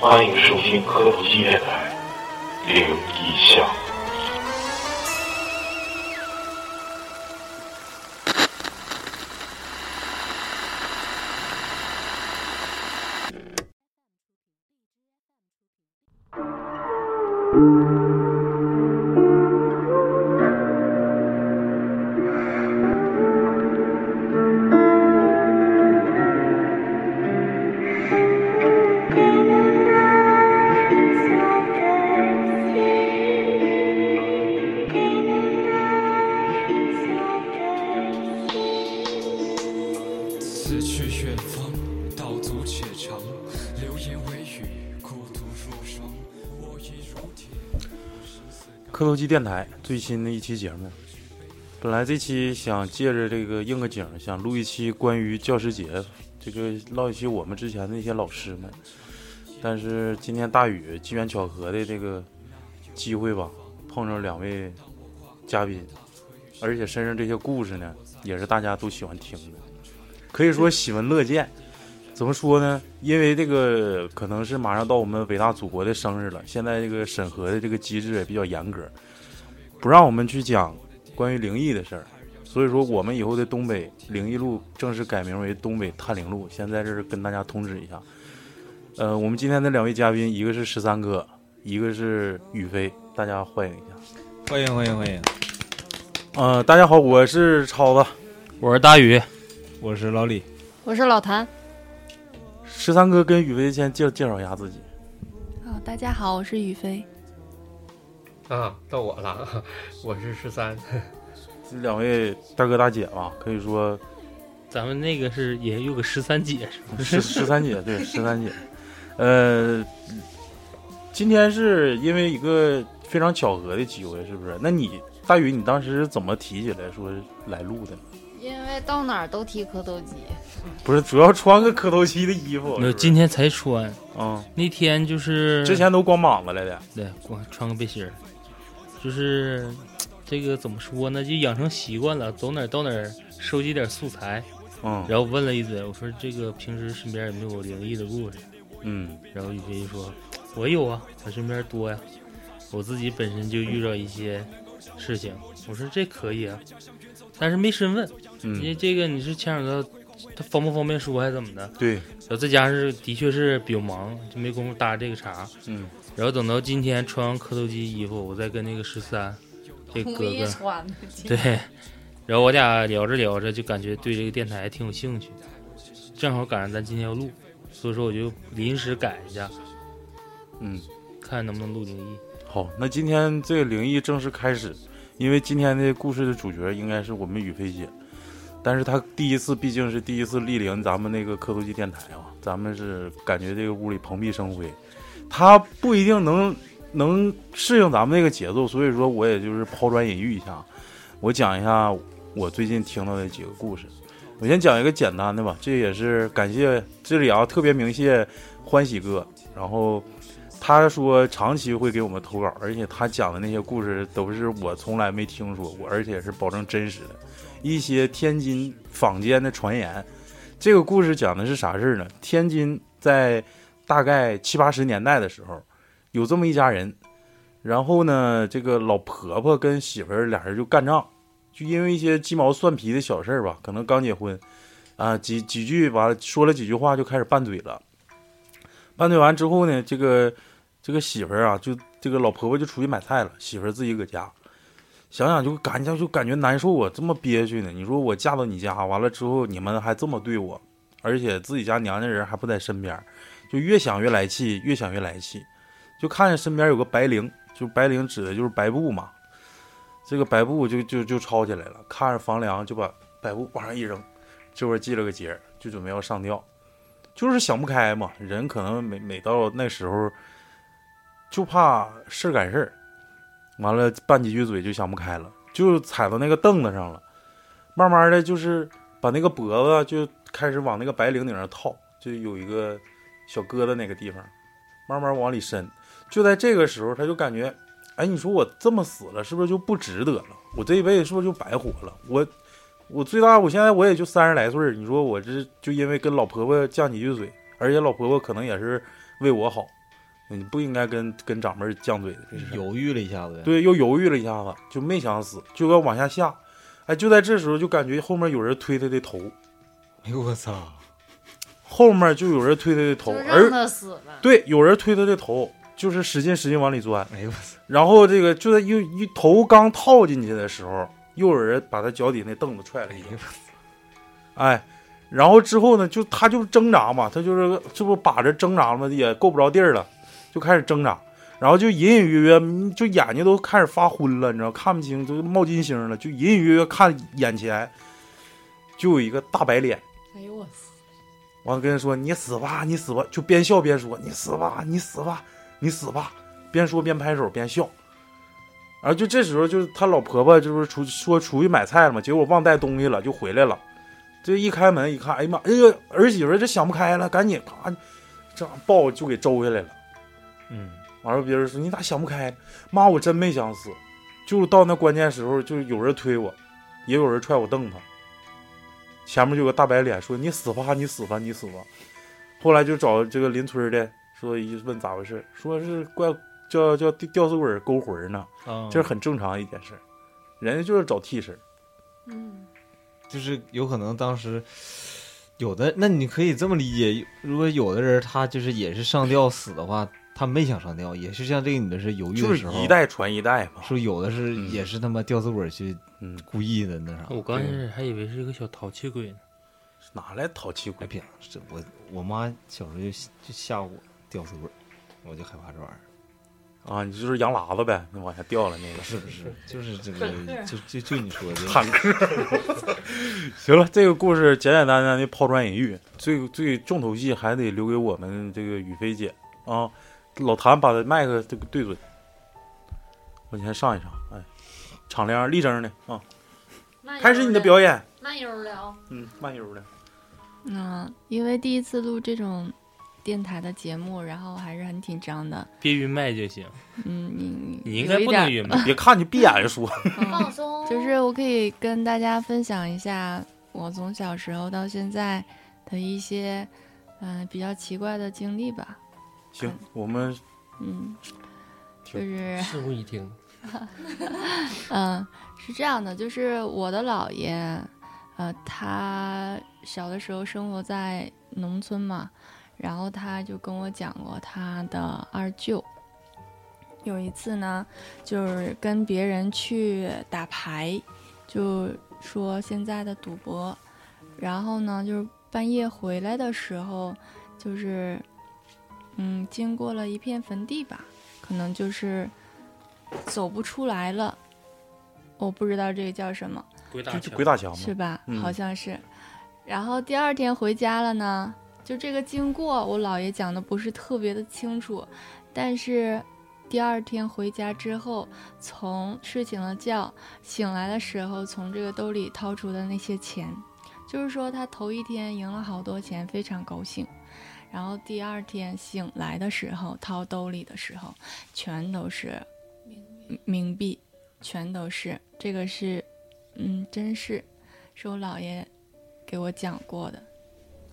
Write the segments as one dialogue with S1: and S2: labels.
S1: 欢迎收听科普纪电台《灵异巷》。
S2: 此去远方，道阻且长。流言蜚语，孤独若霜。我已如铁。
S3: 磕头机电台最新的一期节目。本来这期想借着这个应个景儿，想录一期关于教师节，这个唠一期我们之前的一些老师们。但是今天大雨，机缘巧合的这个机会吧，碰上两位嘉宾，而且身上这些故事呢，也是大家都喜欢听的，可以说喜闻乐见。怎么说呢？因为这个可能是马上到我们伟大祖国的生日了，现在这个审核的这个机制也比较严格，不让我们去讲关于灵异的事儿。所以说，我们以后的东北灵异路正式改名为东北探灵路，先在这儿跟大家通知一下。呃，我们今天的两位嘉宾，一个是十三哥，一个是宇飞，大家欢迎一下。
S4: 欢迎欢迎欢迎！
S3: 呃，大家好，我是超子。
S5: 我是大宇，
S4: 我是老李，
S6: 我是老谭。
S3: 十三哥跟宇飞先介介绍一下自己。
S7: 啊、大家好，我是宇飞。
S8: 啊，到我了， 我是十三，
S3: 这两位大哥大姐吧，可以说
S5: 咱们那个是也有个十三姐是吧？
S3: 十十三姐，对，十三姐。呃，今天是因为一个非常巧合的机会，是不是？那你大宇，你当时是怎么提起来说来录的呢？
S6: 因为到哪儿都提磕头机，
S3: 不是，主要穿个磕头机的衣服。
S5: 没有，今天才穿。
S3: 啊、
S5: 那天就是
S3: 嗯，之前都光膀子来的。
S5: 对，光穿个背心儿，就是这个怎么说呢？就养成习惯了，走哪儿到哪儿收集点素材。
S3: 嗯
S5: 然后问了一嘴，我说这个平时身边有没有灵异的故事？
S3: 嗯
S5: 然后宇飞就说，我有啊，我身边多呀、我自己本身就遇到一些事情。我说这可以啊，但是没深问，因为
S3: 嗯，
S5: 这个你是牵扯到他方不方便说还是怎么的？
S3: 对，
S5: 然后再加上是的确是比较忙，就没工夫搭这个茬。
S3: 嗯，
S5: 然后等到今天穿完磕头机衣服，我再跟那个十三这哥
S6: 统一
S5: 哥
S6: 穿的。
S5: 对，然后我俩聊着聊着就感觉对这个电台挺有兴趣，正好赶上咱今天要录，所以说我就临时改一下，
S3: 嗯，
S5: 看能不能录灵异。
S3: 好，那今天这个灵异正式开始，因为今天的故事的主角应该是我们雨飞姐，但是她第一次毕竟是第一次莅临咱们那个磕头机电台啊，咱们是感觉这个屋里蓬荜生辉，她不一定能能适应咱们这个节奏，所以说我也就是抛砖引玉一下，我讲一下我最近听到的几个故事。我先讲一个简单的吧，这也是感谢这里啊，特别鸣谢欢喜哥，然后他说长期会给我们投稿，而且他讲的那些故事都是我从来没听说过，而且是保证真实的，一些天津坊间的传言。这个故事讲的是啥事儿呢？天津在大概七八十年代的时候，有这么一家人，然后呢，这个老婆婆跟媳妇儿俩人就干仗，就因为一些鸡毛蒜皮的小事儿吧，可能刚结婚，啊，几几句完了说了几句话就开始拌嘴了。拌嘴完之后呢，这个这个媳妇儿啊，就这个老婆婆就出去买菜了，媳妇儿自己搁家，想想就感觉就感觉难受啊，这么憋屈呢。你说我嫁到你家，完了之后你们还这么对我，而且自己家娘家人还不在身边，就越想越来气，越想越来气。就看见身边有个白绫，就白绫指的就是白布嘛。这个白布就就就抄起来了，看着房梁就把白布往上一扔，这会儿系了个结儿，就准备要上吊，就是想不开嘛。人可能每每到那时候，就怕事儿赶事儿，完了拌几句嘴就想不开了，就踩到那个凳子上了，慢慢的就是把那个脖子就开始往那个白绫顶上套，就有一个小疙瘩那个地方，慢慢往里伸。就在这个时候，他就感觉，哎，你说我这么死了，是不是就不值得了？我这一辈子是不是就白活了？我我最大，我现在我也就三十来岁儿，你说我这就因为跟老婆婆犟几句嘴，而且老婆婆可能也是为我好，你不应该跟跟长辈儿犟嘴的这事儿。
S4: 犹豫了一下子，，
S3: 对，又犹豫了一下子，就没想死，就要往下下。哎，就在这时候，就感觉后面有人推他的头，
S4: 哎呦我操，
S3: 后面就有人推他的头，
S6: 就
S3: 而
S6: 让他死吧。
S3: 对，有人推他的头，就是使劲使劲往里钻。
S4: 哎呦我操，
S3: 然后这个就在又一头刚套进去的时候，又有人把他脚底那凳子踹了
S4: 哎
S3: 一
S4: 呦
S3: 下。
S4: 我操，
S3: 哎，然后之后呢，就他就挣扎嘛，他就是这不把着挣扎嘛，也够不着地儿了，就开始挣扎，然后就隐隐约约，嗯就眼睛都开始发昏了，你知道，看不清，都冒金星了，就隐隐约约看眼前就有一个大白脸，
S6: 哎呦我操！
S3: 完了跟人说你死吧，你死吧，就边笑边说你死吧，你死吧，你死吧，边说边拍手边笑。然后就这时候，就是他老婆婆就是出说出去买菜了嘛，结果忘带东西了，就回来了。这一开门一看，哎呀妈，哎呀，儿媳妇这想不开了，赶紧咔，这样抱就给周下来了。
S4: 嗯，
S3: 完了，别人说你咋想不开？妈，我真没想死，就到那关键时候，就有人推我，也有人踹我凳子。前面就有个大白脸说你死吧，你死吧，你死吧。后来就找这个邻村的说一问咋回事，说是怪叫叫吊吊死鬼勾魂儿呢，
S4: 啊，
S3: 这是很正常一件事儿。人家就是找替身，
S6: 嗯，
S4: 就是有可能当时有的，那你可以这么理解，如果有的人他就是也是上吊死的话，他没想上吊，也是像这个女的是犹豫
S3: 就
S4: 的
S3: 是
S4: 时候，
S3: 一代传一代嘛。
S4: 说有的是
S3: 嗯
S4: 也是他妈吊死鬼去
S3: 嗯，
S4: 故意的那啥，
S5: 我刚开始还以为是一个小淘气鬼呢，
S3: 哪来淘气
S4: 哎
S3: 鬼？
S4: 别，这我我妈小时候就就吓我吊死鬼，我就害怕这玩意儿。
S3: 啊，你就是羊喇子呗，那往下掉了那个
S4: 不。是不是，就是这个，就就就你说的 这个，
S3: 坦克。行了，这个故事简简单单的抛砖引玉，最最重头戏还得留给我们这个雨飞姐啊。老谭把麦克这个对准，往前上一上，哎，敞亮立正的啊，开始你的表演，
S6: 慢悠聊。
S3: 嗯，慢悠的，
S7: 嗯，因为第一次录这种电台的节目，然后还是很紧张的。
S5: 别晕麦就行。
S7: 嗯，你
S5: 你应该
S7: 有一
S5: 不
S7: 点
S5: 能
S7: 儿嗯
S5: 晕麦，
S3: 别看你闭眼说，
S6: 放松，
S7: 就是我可以跟大家分享一下我从小时候到现在的一些嗯、比较奇怪的经历吧。
S3: 行，我们
S7: 嗯，就
S3: 挺
S7: 是
S8: 拭目以听。
S7: 嗯，是这样的，就是我的姥爷，呃，他小的时候生活在农村嘛，然后他就跟我讲过他的二舅。有一次呢，就是跟别人去打牌，就说现在的赌博，然后呢，就是半夜回来的时候，就是，嗯，经过了一片坟地吧，可能就是走不出来了，我不知道这个叫什么，
S5: 鬼打
S3: 就
S5: 墙
S3: 就鬼打墙
S7: 是
S3: 嘛，
S7: 吧？
S3: 嗯
S7: 好像是。然后第二天回家了呢，就这个经过，我姥爷讲的不是特别的清楚，但是第二天回家之后，从睡醒了觉醒来的时候，从这个兜里掏出的那些钱，就是说他头一天赢了好多钱，非常高兴。然后第二天醒来的时候，掏兜里的时候，全都是冥币，全都是这个是，嗯，真是是我姥爷给我讲过的。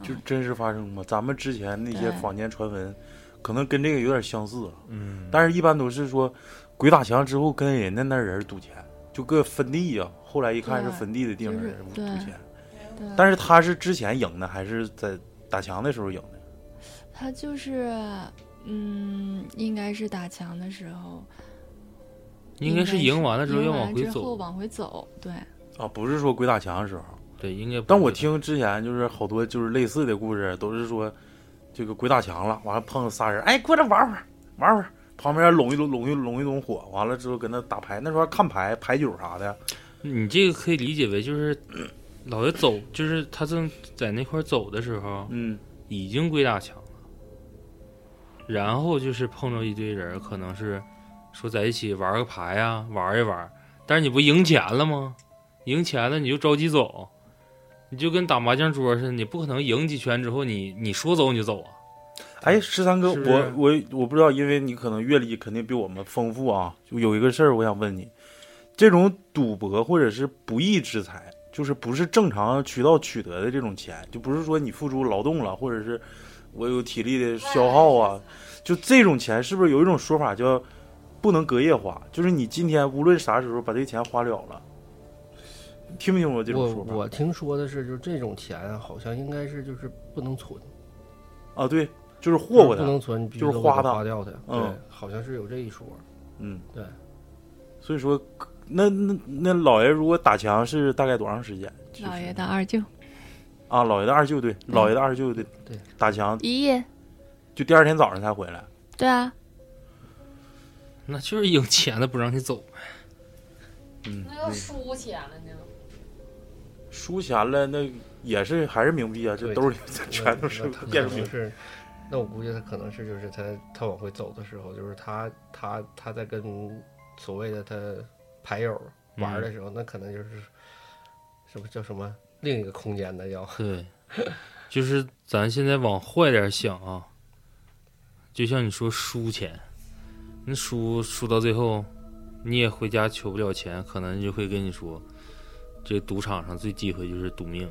S3: 就真实发生嘛。咱们之前那些
S7: 嗯对
S3: 坊间传闻，可能跟这个有点相似啊。
S4: 嗯，
S3: 但是一般都是说鬼打墙之后跟人家那人赌钱，就搁坟地呀、后来一看是
S7: 对
S3: 坟地的地方
S7: 就是
S3: 人赌
S7: 对
S3: 钱，
S7: 对
S3: 但是他是之前赢的，还是在打墙的时候赢的？
S7: 他就是，嗯，应该是打墙的时候，
S5: 应该是赢完了之后
S7: 赢
S5: 要
S7: 完
S5: 往回
S7: 之后
S5: 走，
S7: 往回走，对，
S3: 啊，不是说鬼打墙的时候。
S5: 对，应该不是。
S3: 但我听之前就是好多就是类似的故事，都是说这个鬼打墙了，完了碰上仨人，哎，过来玩会儿，玩会儿。旁边拢一拢，拢一拢一拢火，完了之后跟他打牌。那时候还看牌、牌九啥的，
S5: 你这个可以理解为就是 老爷走，就是他正在那块儿走的时候，
S3: 嗯，
S5: 已经鬼打墙了，然后就是碰着一堆人，可能是说在一起玩个牌啊，玩一玩，但是你不赢钱了吗？赢钱了你就着急走，你就跟打麻将桌似的，你不可能赢几圈之后你你说走你就走啊，
S3: 哎，十三哥，
S5: 是不是
S3: 我我我不知道，因为你可能阅历肯定比我们丰富啊。就有一个事儿，我想问你，这种赌博或者是不义之财，就是不是正常渠道取得的这种钱，就不是说你付出劳动了，或者是我有体力的消耗啊，就这种钱是不是有一种说法叫不能隔夜花？就是你今天无论啥时候把这钱花了了，听没听过这种
S9: 我
S3: 说法？
S9: 我听说的是，就是这种钱啊好像应该是就是不能存，
S3: 啊，对，就是霍霍
S9: 不
S3: 它，
S9: 能存，你必须
S3: 就是
S9: 都得
S3: 花它
S9: 花掉的。对
S3: 嗯，
S9: 好像是有这一说。
S3: 嗯，
S9: 对。
S3: 所以说，那那那老爷如果打墙是大概多长时间？就是
S7: 老
S5: 嗯
S7: 爷的二舅
S3: 啊，老爷的二舅对，老爷的二舅对
S9: 对
S3: 打墙
S7: 一夜，
S3: 就第二天早上才回来。
S7: 对啊，
S5: 那就是有钱的不让你走。
S3: 嗯，
S6: 那要输钱了呢？
S3: 输钱了那也是还是冥币啊，这
S9: 对
S3: 兜里 全都
S9: 那
S3: 是
S9: 那他
S3: 变
S9: 可
S3: 成冥
S9: 能
S3: 币。
S9: 是，那我估计他可能是就是他他往回走的时候，就是他他他在跟所谓的他牌友玩
S3: 嗯
S9: 的时候，那可能就是什么叫什么另一个空间的叫
S5: 对，就是咱现在往坏点想啊，就像你说输钱，那输输到最后，你也回家取不了钱，可能就会跟你说，这赌场上最忌讳就是赌命。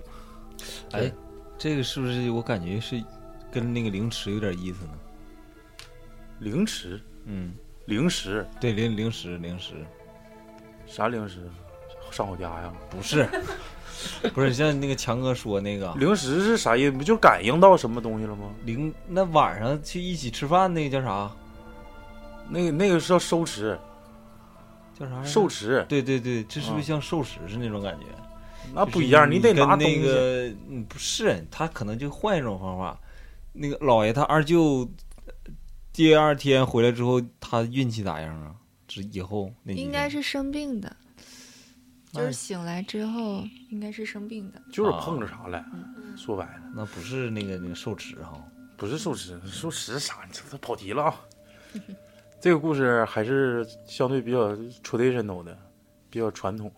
S4: 哎，这个是不是我感觉是跟那个凌迟有点意思呢？
S3: 零食，
S4: 嗯，
S3: 零食
S4: 对，零零食零食
S3: 啥零食？上我家呀？
S4: 不是，不是像那个强哥说那个
S3: 零食是啥意思？不就感应到什么东西了吗？
S4: 零那晚上去一起吃饭那个叫啥？
S3: 那个那个是要收持，
S4: 叫啥来着？
S3: 受持
S4: 对对对，这是不
S3: 啊
S4: 是像寿食是那种感觉？
S3: 那
S4: 就
S3: 啊不
S4: 是
S3: 一样，你得
S4: 跟
S3: 拿东
S4: 那
S3: 西。
S4: 个，嗯，不是，他可能就换一种方法。那个老爷他二舅呃第二天回来之后，他运气咋样啊？这以后
S5: 嗯
S4: 那几
S7: 应该
S4: 天
S7: 是生病的，就
S4: 哎
S7: 是醒来之后应该是生病的。
S3: 就是
S4: 啊
S3: 碰着啥了，说白了
S4: 那不是那个那个寿吃哈。
S3: 不是受持，受持是啥？你这都跑题了啊！ 这个故事还是相对比较 traditional 的，比较传 统。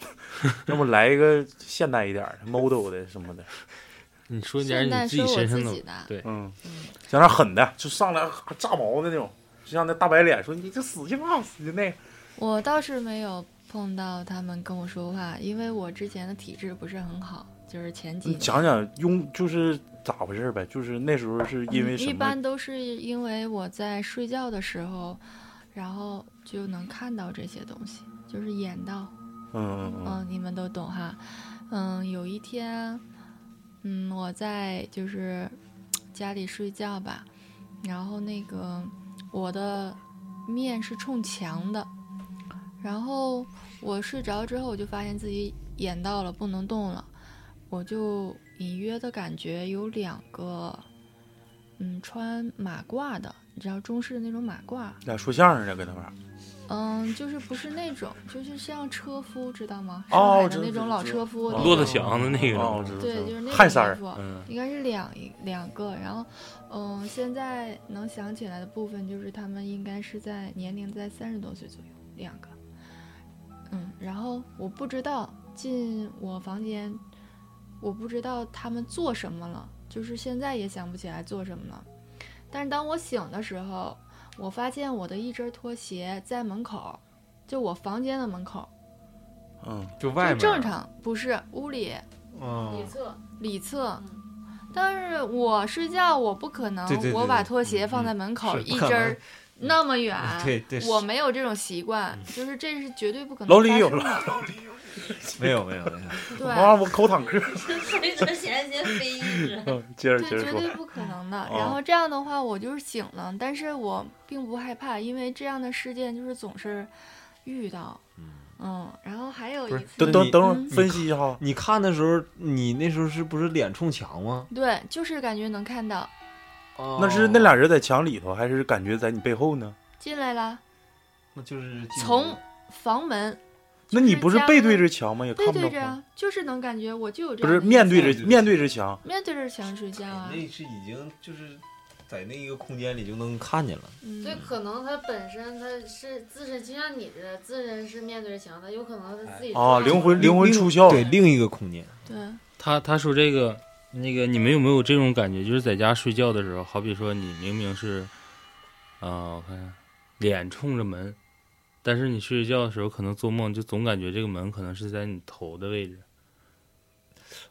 S3: 要不来一个现代一点儿的 model 的什么的，
S5: 你说点
S7: 现
S5: 你
S7: 在
S5: 自
S7: 说
S5: 己
S7: 我
S5: 身上
S7: 自
S5: 的
S7: 己的，
S5: 对
S3: 嗯，像那狠的，就上来炸毛的那种，就像那大白脸说你就死去吧，死去那个。
S7: 我倒是没有碰到他们跟我说话，因为我之前的体质不是很好，就是前几
S3: 你
S7: 年。
S3: 讲讲庸就是咋回事呗？就是那时候是因为
S7: 嗯
S3: 什
S7: 一
S3: 么
S7: 般？都是因为我在睡觉的时候，然后就能看到这些东西，就是眼到。
S3: 嗯嗯嗯
S7: 嗯，你们都懂哈。嗯，有一天，嗯，我在就是家里睡觉吧，然后那个我的面是冲墙的，然后我睡着之后，我就发现自己眼到了不能动了，我就隐约的感觉有两个，嗯，穿马褂的，你知道中式的那种马褂，
S3: 俩说相声的搁那玩儿，
S7: 嗯，就是不是那种，就是像车夫，知道吗？
S3: 哦
S7: 上海
S3: 知道
S7: 的那
S3: 知道
S7: 种老
S3: 知
S7: 车夫，
S3: 哦
S5: 骆驼祥子那个
S3: 哦，我知道，
S7: 对
S3: 知道
S7: 就是那种
S3: 汉三儿
S7: 衣服，
S3: 嗯
S7: 应该是两一两个。然后，嗯，现在能想起来的部分就是他们应该是在年龄在三十多岁左右，两个。嗯，然后我不知道进我房间，我不知道他们做什么了，就是现在也想不起来做什么了。但是当我醒的时候，我发现我的一只拖鞋在门口，就我房间的门口，
S3: 嗯，
S4: 就
S7: 就
S4: 外面
S7: 正常，不是屋里。
S6: 一侧
S7: 里侧。但是我睡觉，我不可能
S4: 对对对嗯
S7: 我把拖鞋放在门口
S4: 是
S7: 一
S4: 不可
S7: 针
S4: 能嗯
S7: 儿那么远，
S4: 对嗯对是
S7: 我没有这种习惯，就是这是绝对不可能
S3: 老李
S7: 发
S3: 有
S7: 生的。
S4: 没有没有没有，
S3: 哇，
S7: 对，
S3: 我口坦克，
S6: 推着前些飞一直。
S3: 嗯接着
S7: 这
S3: 接着
S7: 绝
S3: 说
S7: 对，不可能 的。然
S4: 哦
S7: 后这样的话，我就是醒了，但是我并不害怕，因为这样的事件就是总是遇到。嗯，然后还有
S4: 不
S7: 一
S4: 是
S3: 等
S7: 次，
S3: 等等会
S7: 嗯
S3: 儿分析一下哈，
S4: 你看的时候，你那时候是不是脸冲墙吗？
S7: 对，就是感觉能看到
S3: 那是那俩人在墙里头，还是感觉在你背后呢？
S7: 进来了，
S4: 那就是
S7: 从房门
S3: 那你不是
S7: 家
S3: 背
S7: 门
S3: 对着墙吗？也看
S7: 背
S3: 不着
S7: 对着
S3: 吗。
S7: 啊，就是能感觉我就有这
S3: 不
S7: 样
S3: 是
S7: 的印
S3: 面对
S7: 象
S3: 着面对着墙，
S7: 面对着墙睡觉啊，
S4: 那是已经就是在那一个空间里就能看见了。
S7: 嗯
S6: 对，可能他本身他是自身，就像你似的，自身是面对着墙，他有可能他自己
S3: 啊
S6: 撞
S3: 灵魂
S6: 了
S3: 灵魂出窍
S4: 对，另一个空间。
S7: 对，
S5: 他他说这个那个，你们有没有这种感觉？就是在家睡觉的时候，好比说你明明是，啊、我看看，脸冲着门，但是你睡觉的时候可能做梦就总感觉这个门可能是在你头的位置，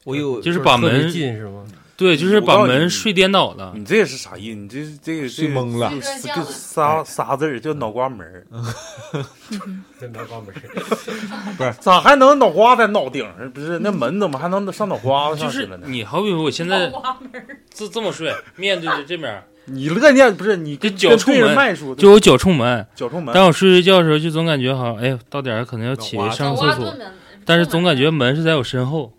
S8: 我有
S5: 就是
S8: 特
S5: 把
S8: 别
S5: 门
S8: 近是吗？
S5: 对，就是
S3: 我告
S5: 把
S3: 诉
S5: 门
S3: 你
S5: 睡颠倒了。
S3: 你这也是啥意思？你这这个这
S4: 睡懵了
S3: 这
S10: 睡
S3: 这
S10: 着觉了
S3: 仨仨字儿叫脑瓜门儿，
S8: 这没关门，
S3: 咋还能脑瓜在脑顶上？不是那门怎么还能上脑瓜子
S5: 就
S3: 上去
S5: 是
S3: 了呢？
S5: 你好比说我现在这这么睡，面对着 这面儿，
S3: 你乐见不是你
S5: 这
S3: 跟
S5: 脚
S3: 跟
S5: 冲
S3: 对着
S5: 门
S3: 迈出
S5: 就我脚冲门，
S3: 脚冲门，
S5: 但我睡着觉的时候就总感觉好像，哎呦，到点儿可能要起来上厕所，
S10: 门，
S5: 但是总感觉门是在我身后。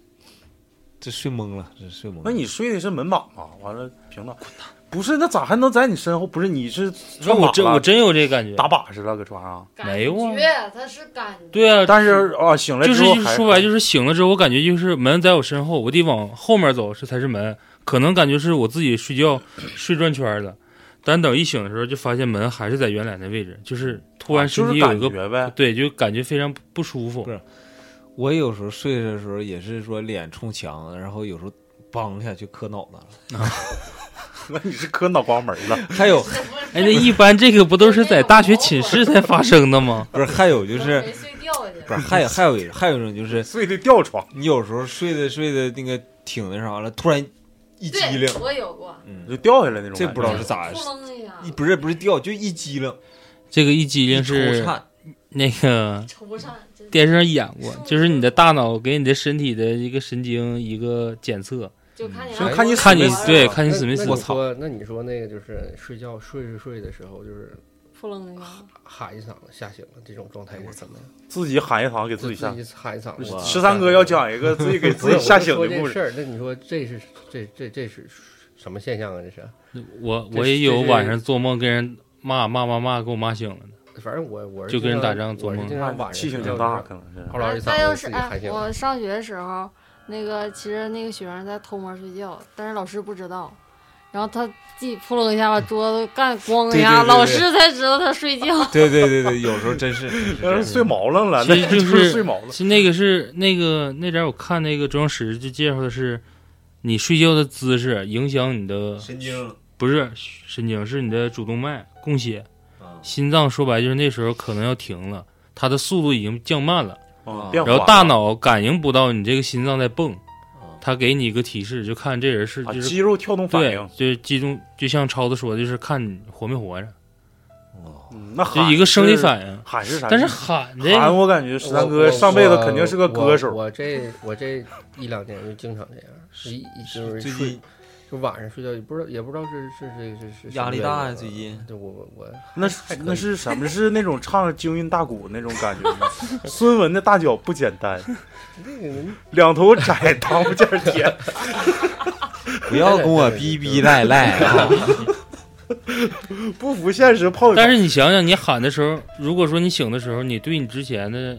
S4: 这睡懵了，这睡懵了。
S3: 那你睡的是门把吗？完了平了，不是那咋还能在你身后？不是你是
S5: 你说我真我真有这感觉，
S3: 打把式了搁床上，
S10: 感
S5: 没有啊
S10: 觉他是感觉，
S5: 对啊，
S3: 但是啊醒来
S5: 就
S3: 之
S5: 是
S3: 后
S5: 就是
S3: 还
S5: 说白就是醒了之后，我感觉就是门在我身后，我得往后面走，这才是门。可能感觉是我自己睡觉睡转圈儿了，但等一醒的时候，就发现门还是在原来的位置，就是突然
S3: 啊就
S5: 身体
S3: 是
S5: 有一
S3: 感
S5: 个、
S3: 觉呗，
S5: 对，就感觉非常不不舒服
S4: 不是。我有时候睡的时候也是说脸冲墙，然后有时候梆一下就磕脑袋了。
S3: 那你是磕脑瓜门了。
S4: 还有
S5: 哎，那一般这个不都是在大学寝室才发生的吗？
S4: 不是还有就
S10: 没
S4: 是
S10: 睡掉去
S4: 不是还有还有一还有一种就是
S3: 睡的吊床，
S4: 你有时候睡的睡的那个挺那啥了，突然一激灵
S10: 对，，我有过，
S3: 就掉下来那种感觉。
S4: 这不知道是咋
S10: 扑棱一下，
S4: 一不是不是掉就一激灵，
S5: 这个一激
S4: 一
S5: 灵
S4: 抽
S5: 是
S4: 颤，
S5: 那个
S10: 抽上，真
S5: 电视上演过，就是你的大脑给你的身体的一个神经一个检测，
S10: 就看你
S3: 就
S10: 还
S3: 看你
S10: 有
S3: 死
S5: 看
S10: 没
S5: 你
S10: 玩儿
S5: 对
S10: 了
S5: 看你死没死。
S8: 我
S5: 我
S8: 操
S5: 操！！
S8: 那你说那个就是睡觉睡着睡的时候，就是
S10: 扑棱一下，
S8: 喊一嗓子吓醒了，这种状态是怎么样？
S3: 自己喊一堂给自己
S8: 就
S3: 吓
S8: 自。己喊一嗓子。
S3: 哎十三哥要讲一个自己给自己吓醒的故
S8: 不是
S3: 事，
S8: 我就说这事儿，那你说这是这这这是什么现象啊？这是，
S5: 我
S8: 这
S5: 我也
S8: 是
S5: 有
S8: 这是
S5: 晚上做梦跟人骂骂骂骂，给我骂醒了呢。
S8: 反正我我是
S5: 就跟人
S8: 经常
S5: 打仗做
S8: 我是
S5: 梦
S8: 经常晚上
S3: 气性
S8: 睡觉
S3: 挺
S8: 的
S3: 大，
S8: 时
S3: 可能是
S8: 候，嗷唠一
S10: 再
S8: 嗓
S10: 就
S8: 子
S10: 是
S8: 自己
S10: 哎
S8: 喊醒，了。
S10: 我上学的时候，那个其实那个学生在偷摸睡觉，但是老师不知道，然后他自己扑棱一下把桌子干咣
S4: 对对
S10: 一下，
S4: 对对
S10: 老师才知道他睡 觉。
S4: 对对对对，有时候 真是
S3: 要是睡毛愣了，
S5: 其
S3: 那
S5: 实就
S3: 就是
S5: 是
S3: 睡毛了。
S5: 是那个是那个那点儿我看那个中央史就介绍的是，你睡觉的姿势影响你的
S4: 神经
S5: 不是神经，是你的主动脉供血，
S4: 啊
S5: 心脏说白就是那时候可能要停了，它的速度已经降慢了，
S3: 嗯
S4: 变
S5: 然后大脑感应不到你这个心脏在蹦，它给你一个提示，就看这人是
S3: 啊
S5: 就是
S3: 肌肉跳动反
S5: 对
S3: 应，，
S5: 就是集中，就像超子说的，就是看你活没活着，
S3: 嗯那
S5: 就
S3: 喊
S5: 一个生
S3: 是
S5: 理反应。
S3: 喊是啥意思？
S5: 但是喊这
S3: 喊
S5: 个，
S3: 我感觉十三
S8: 我
S3: 哥上辈子肯定是个歌
S8: 我
S3: 手，
S8: 我这我这一两年就经常这样，一一就是
S4: 最
S8: 睡
S4: 近
S8: 就晚上睡觉也不知道也不知道是是是是是是
S4: 压力大呀，
S8: 什
S4: 最
S8: 么原因
S4: 近
S8: 啊。对我我我
S3: 那是那是什么？是那种唱京韵大鼓那种感觉吗？孙文的大脚不简单，
S8: 那个人
S3: 两头窄， 当不件儿铁。
S4: 不要跟我逼逼赖赖啊！
S3: 不服现实泡脚。
S5: 但是你想想，你喊的时候，如果说你醒的时候，你对你之前的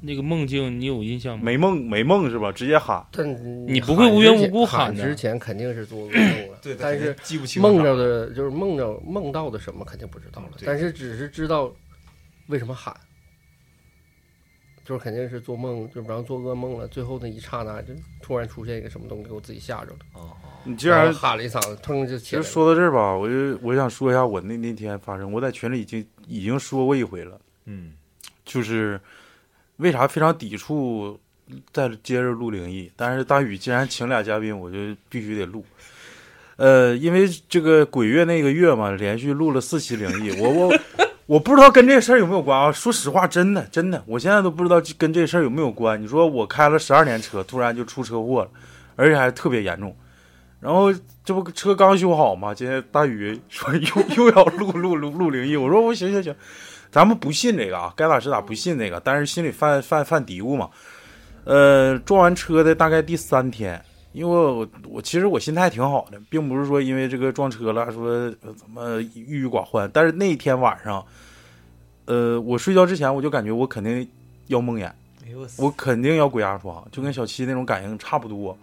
S5: 那个梦境，你有印象吗？
S3: 没梦没梦是吧？直接喊，
S8: 但
S5: 你不会无缘无故
S8: 喊
S5: 喊
S8: 之
S5: 的
S8: 前之前肯定是做噩梦了，但是
S4: 记不清
S8: 梦着的就是梦着梦到的什么肯定不知道了
S4: 嗯，对
S8: 但是只是知道为什么喊，就是肯定是做梦，就比方做噩梦了，最后那一刹那就突然出现一个什么东西给我自己吓着了，
S3: 你既
S8: 然后
S3: 然
S8: 喊了一嗓子，腾就
S3: 其
S8: 起来
S3: 实
S8: 了。
S3: 说到这儿吧，我就我想说一下我那那天发生，我在群里已经已经说过一回了，
S4: 嗯，
S3: 就是为啥非常抵触再接着录灵异，但是大宇既然请俩嘉宾，我就必须得录。呃，因为这个鬼月那个月嘛，连续录了四期灵异，我我我不知道跟这事儿有没有关啊。说实话，真的真的，我现在都不知道跟这事儿有没有关。你说我开了十二年车，突然就出车祸了，而且还特别严重。然后这不车刚修好嘛，今天大宇说又又要录录录录灵异，我说我行行行，咱们不信这个啊，该咋是咋不信这个，但是心里犯犯犯嘀咕嘛。呃，撞完车的大概第三天，因为我我其实我心态挺好的，并不是说因为这个撞车了说呃怎么郁郁寡欢，但是那一天晚上，呃，我睡觉之前我就感觉我肯定要梦魇，
S4: 哎呦
S3: 我肯定要鬼压床，就跟小七那种感应差不多。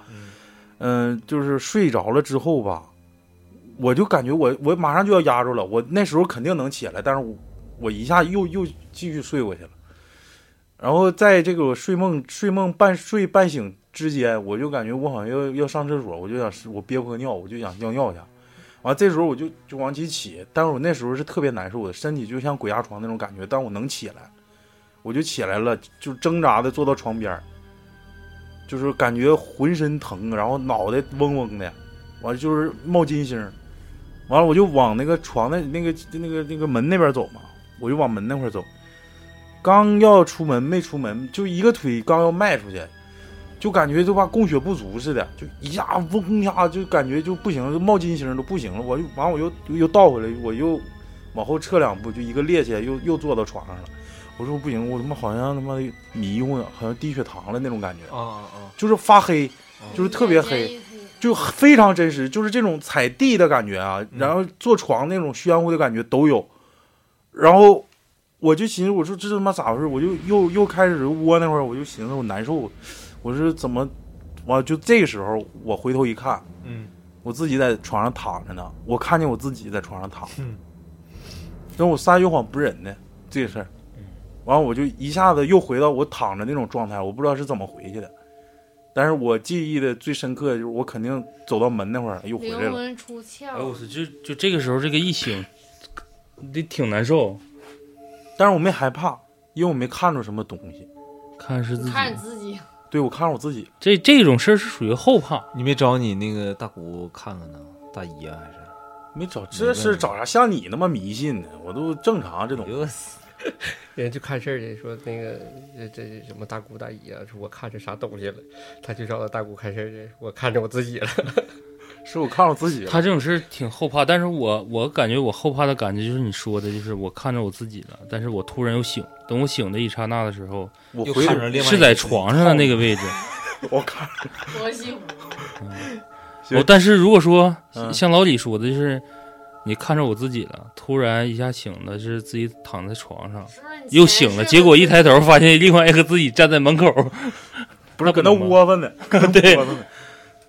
S3: 嗯、就是睡着了之后吧，我就感觉我我马上就要压住了，我那时候肯定能起来，但是我我一下又又继续睡过去了。然后在这个睡梦睡梦半睡半醒之间，我就感觉我好像要要上厕所，我就想是我憋不喝尿，我就想尿尿一下。完、这时候我就就往起起，但是我那时候是特别难受的，身体就像鬼压床那种感觉，但我能起来，我就起来了，就挣扎的坐到床边儿，就是感觉浑身疼，然后脑袋嗡嗡的，完了就是冒金星儿，完了我就往那个床的那个那个那个门那边走嘛，我就往门那块儿走，刚要出门没出门，就一个腿刚要迈出去，就感觉就怕供血不足似的，就一下嗡一下就感觉就不行了，就冒金星儿都不行了，我就完了我又又又倒回来，我又往后撤两步，就一个趔趄又又坐到床上了。我说不行，我他妈好像他妈迷糊呢，好像低血糖了那种感觉，
S4: 啊啊
S3: 就是发黑，就是特别黑，，就非常真实，就是这种踩地的感觉啊，
S4: 嗯
S3: 然后坐床那种暄乎的感觉都有。然后我就寻思，我说这他妈咋回事？我就又又开始窝那会儿，我就寻思我难受，我说怎么？我就这时候我回头一看，
S4: 嗯，
S3: 我自己在床上躺着呢，我看见我自己在床上躺着
S4: 嗯，
S3: 但我撒谎不忍的这事儿，
S4: 嗯
S3: 完了我就一下子又回到我躺着那种状态，我不知道是怎么回去的，但是我记忆的最深刻的就是我肯定走到门那会儿又回来
S6: 灵
S3: 了，
S6: 魂出
S5: 哎我
S6: 窍，
S5: 操，就就这个时候这个一醒，得挺难受。
S3: 但是我没害怕，因为我没看着什么东西，
S5: 看是自己，
S6: 看你自己，
S3: 对我看着我自己，
S5: 这这种事儿是属于后怕。
S4: 你没找你那个大姑看看呢？大姨啊还是？
S3: 没找这是找啥像你那么迷信呢？我都正常这种
S4: 哎，呦我操！
S9: 人家去看事儿去，说那个这这什么大姑大姨啊，说我看着啥东西了，他去找他大姑看事儿去，我看着我自己了。
S3: 是我看着我自己了。
S5: 他这种事儿挺后怕，但是我我感觉我后怕的感觉就是你说的，就是我看着我自己了，但是我突然又醒，等我醒的一刹那的时候，
S3: 我
S4: 又
S3: 回
S4: 看着另外
S5: 是在床上的那个位置。
S3: 我看
S6: 多幸福。
S3: 对
S8: 嗯
S5: 哦我但是如果说
S3: 嗯
S5: 像老李说的，就是你看着我自己了，突然一下醒了，是自己躺在床上。
S6: 是不是你
S5: 又
S6: 前世
S5: 醒了，结果一
S6: 哎
S5: 抬头发现另外一个自己站在门口。
S3: 不是
S5: 那不
S3: 搁那
S5: 能吗
S3: 窝吧呢，搁那
S5: 对
S3: 窝吧 呢。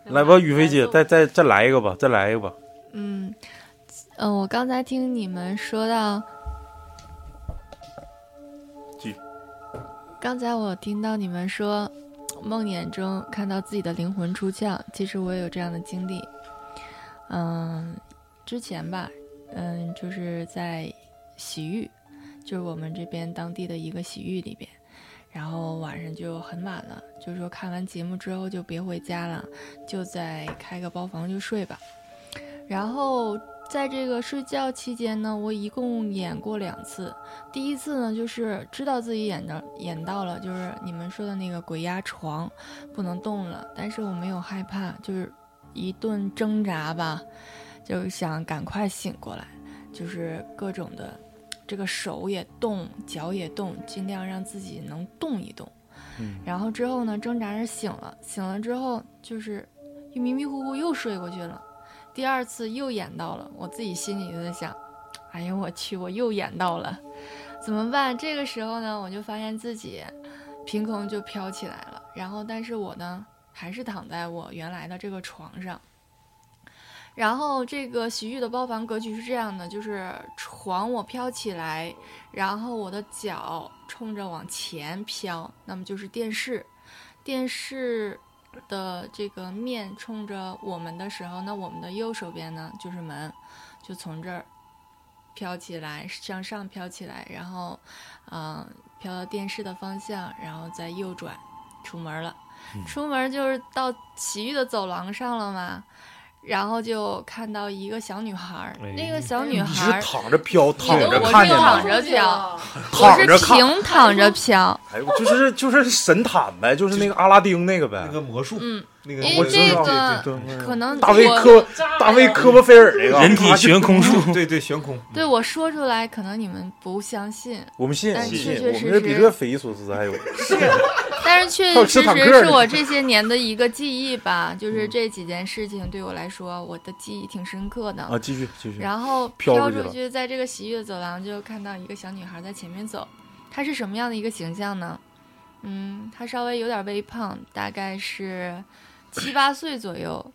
S3: 来吧，雨菲姐，再再再来一个吧，再来一个吧。
S7: 嗯，呃，我刚才听你们说到，
S3: 继续
S7: 刚才我听到你们说梦魇中看到自己的灵魂出窍，其实我也有这样的经历。嗯，之前吧，嗯，就是在洗浴，就是我们这边当地的一个洗浴里边，然后晚上就很晚了，就说看完节目之后就别回家了，就再开个包房就睡吧。然后在这个睡觉期间呢，我一共演过两次。第一次呢，就是知道自己演的演到了，就是你们说的那个鬼压床，不能动了，但是我没有害怕，就是一顿挣扎吧，就是想赶快醒过来，就是各种的，这个手也动，脚也动，尽量让自己能动一动。
S3: 嗯
S7: 然后之后呢，挣扎着醒了，醒了之后就是又迷迷糊糊又睡过去了。第二次又演到了，我自己心里就在想，哎呦我去，我又演到了，怎么办？这个时候呢，我就发现自己凭空就飘起来了，然后但是我呢，还是躺在我原来的这个床上。然后这个洗浴的包房格局是这样的，就是床我飘起来，然后我的脚冲着往前飘，那么就是电视，电视的这个面冲着我们的时候，那我们的右手边呢就是门，就从这儿飘起来，向上飘起来，然后，嗯、飘到电视的方向，然后再右转出门了。出门就是到洗浴的走廊上了嘛，然后就看到一个小女孩儿，那个小女
S3: 你
S7: 孩
S3: 是
S7: 儿
S3: 躺着飘，躺
S7: 都
S3: 着
S7: 我
S3: 看
S7: 是
S3: 见
S7: 躺
S3: 的，
S7: 着飘，
S10: 啊
S3: 躺着
S7: 我是
S3: 看。
S7: 平躺着飘，
S3: 哎呦，就是就是神坦呗，就是那个阿拉丁那个呗
S4: 那。个魔术，
S7: 嗯，
S4: 那个
S7: 因
S3: 我
S7: 为
S3: 知
S7: 这
S3: 道
S7: 个
S3: 哎对对
S7: 可能
S3: 大卫
S7: 我
S3: 科大卫科波菲尔那个
S5: 人体悬
S6: 嗯
S5: 空术，
S4: 对对悬空，
S7: 对我说出来，可能你们不相 信，
S3: 我们信
S7: 但是
S3: 信，
S7: 哎确
S3: 我
S7: 实
S3: 们这比
S7: 是
S3: 这匪夷所思，还 有
S7: 但是确
S3: 还有
S7: 确
S3: 吃
S7: 实
S3: 坦克
S7: 实
S3: 儿
S7: 是
S3: 的嗯
S7: 我这些年的一个记忆吧，就是这几件事情对我来说，我的记忆挺深刻的。
S3: 啊，继续继续，
S7: 然后
S3: 飘
S7: 飘
S3: 出去
S7: 出
S3: 了
S7: 去，在这个洗浴的走廊就看到一个小女孩在前面走，她是什么样的一个形象呢？嗯，她稍微有点微胖，大 概是七八岁左右。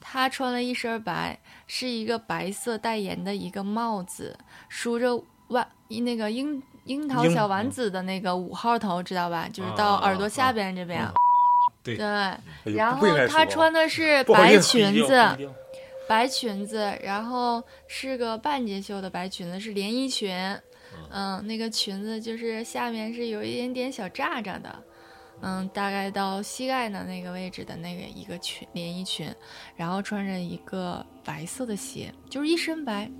S7: 她穿了一身白，是一个白色代言的一个帽子，梳着万那个樱樱桃
S3: 樱
S7: 小丸子的那个五号头，知道吧？就是到
S4: 啊啊
S7: 耳朵下
S4: 啊
S7: 边这边。
S4: 嗯对
S3: 哎呦
S7: 然
S3: 不应
S7: 后
S3: 该
S7: 她
S3: 说
S7: 穿的是
S3: 不好意
S7: 白
S3: 思
S7: 裙子，
S6: 啊
S7: 白裙子，然后是个半截袖的白裙子，是连衣裙。嗯，那个裙子就是下面是有一点点小炸炸的，嗯，大概到膝盖的那个位置的那个一个裙连衣裙，然后穿着一个白色的鞋，就是一身白。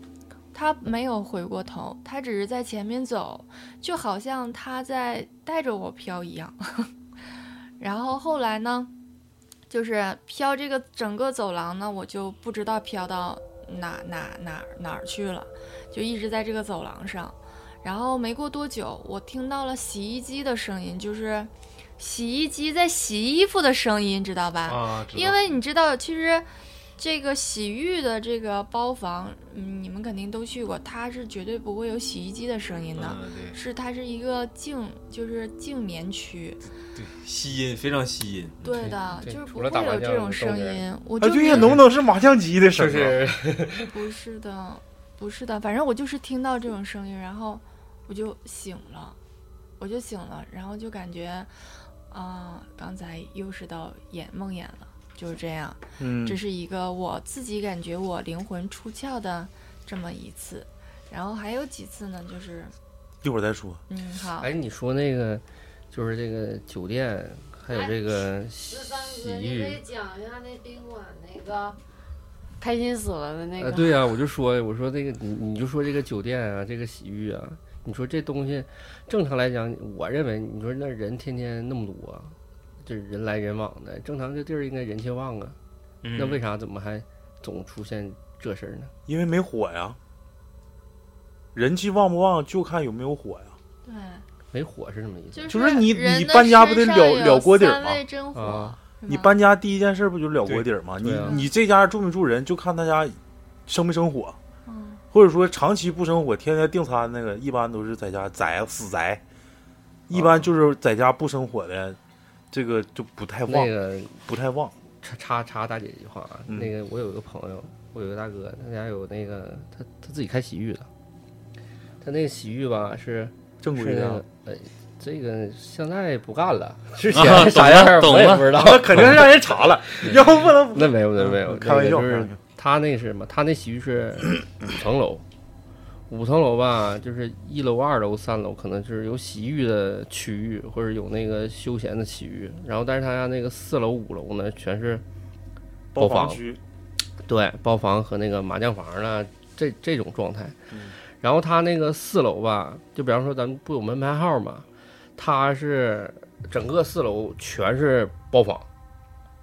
S7: 他没有回过头，他只是在前面走，就好像他在带着我飘一样。 然后后来呢，就是飘这个整个走廊呢，我就不知道飘到哪哪哪哪儿去了，就一直在这个走廊上。然后没过多久，我听到了洗衣机的声音，就是洗衣机在洗衣服的声音，知道吧？
S11: 啊，知道
S7: 因为你知道，其实这个洗浴的这个包房，嗯，你们肯定都去过，它是绝对不会有洗衣机的声音的，
S11: 嗯对
S7: 是它是一个静，就是静眠区，
S4: 对，吸音非常吸音。
S7: 对的，
S8: 对
S7: 就是不
S8: 除
S7: 会
S8: 了打麻
S7: 有这
S8: 将
S7: 种
S8: 都
S7: 声
S8: 这样
S7: 音。我
S3: 哎，
S7: 就
S3: 对
S7: 是
S3: 呀，能不能是麻将机的声
S8: 就
S3: 儿啊？
S8: 是
S7: 不是的，不是的，反正我就是听到这种声音，然后我就醒了，我就醒了，然后就感觉啊、刚才又是到眼梦魇了，就是这样。
S3: 嗯
S7: 这，是一个我自己感觉我灵魂出窍的这么一次，然后还有几次呢，就是
S3: 一会儿再说。
S7: 嗯好，
S8: 哎，你说那个就是这个酒店，还有这个洗浴，
S10: 讲一下那宾馆那个开心死了的那
S8: 啊，对呀、我就说，我说这个你你就说这个酒店啊，这个洗浴啊，你说这东西正常来讲，我认为你说那人天天那么多，这人来人往的，正常这地儿应该人气旺啊，
S5: 嗯
S8: 那为啥怎么还总出现这事儿呢？
S3: 因为没火呀，人气旺不旺就看有没有火呀。
S7: 对，
S8: 没火是什么意思？
S3: 就是
S7: 是
S3: 你
S7: 人
S3: 你
S7: 的
S3: 搬家不得
S7: 身上
S3: 了
S7: 有
S3: 了锅底儿
S7: 三
S3: 吗
S7: 味真火，
S8: 啊
S7: 是
S3: 你
S7: 吗
S3: 搬家第一件事不就是了锅底儿吗？你
S8: 对啊
S3: 你这家住没住人，就看他家生没生火，
S7: 嗯
S3: 或者说长期不生火，天天订餐那个，一般都是在家宅死宅，一般就是在家不生火的，这个就不太旺
S8: 那，个
S3: 不太旺。
S8: 插插插大姐一句话啊，
S3: 嗯
S8: 那个我有一个朋友，我有一个大哥，他家有那个他他自己开洗浴的，他那个洗浴吧是
S3: 正规
S8: 是那
S3: 的
S8: 个，呃，这个现在不干 了，之
S5: 啊
S8: 前
S5: 懂
S8: 是啥
S5: 了
S8: 样儿
S5: 懂
S8: 我也
S5: 了
S8: 不知道，
S3: 肯定是让人查了，要不能
S8: 那没有，那没有，
S3: 开玩笑
S8: 那个
S3: 开
S8: 就
S3: 玩
S8: 是
S3: 笑
S8: 他那是什么？他那洗浴是五层楼，五层楼吧，就是一楼、二楼、三楼，可能就是有洗浴的区域，或者有那个休闲的洗浴。然后，但是他家那个四楼、五楼呢，全是
S3: 包
S8: 包
S3: 房
S8: 房
S3: 区，
S8: 对包房和那个麻将房了，这这种状态。然后他那个四楼吧，就比方说咱们不有门牌号嘛，他是整个四楼全是包房，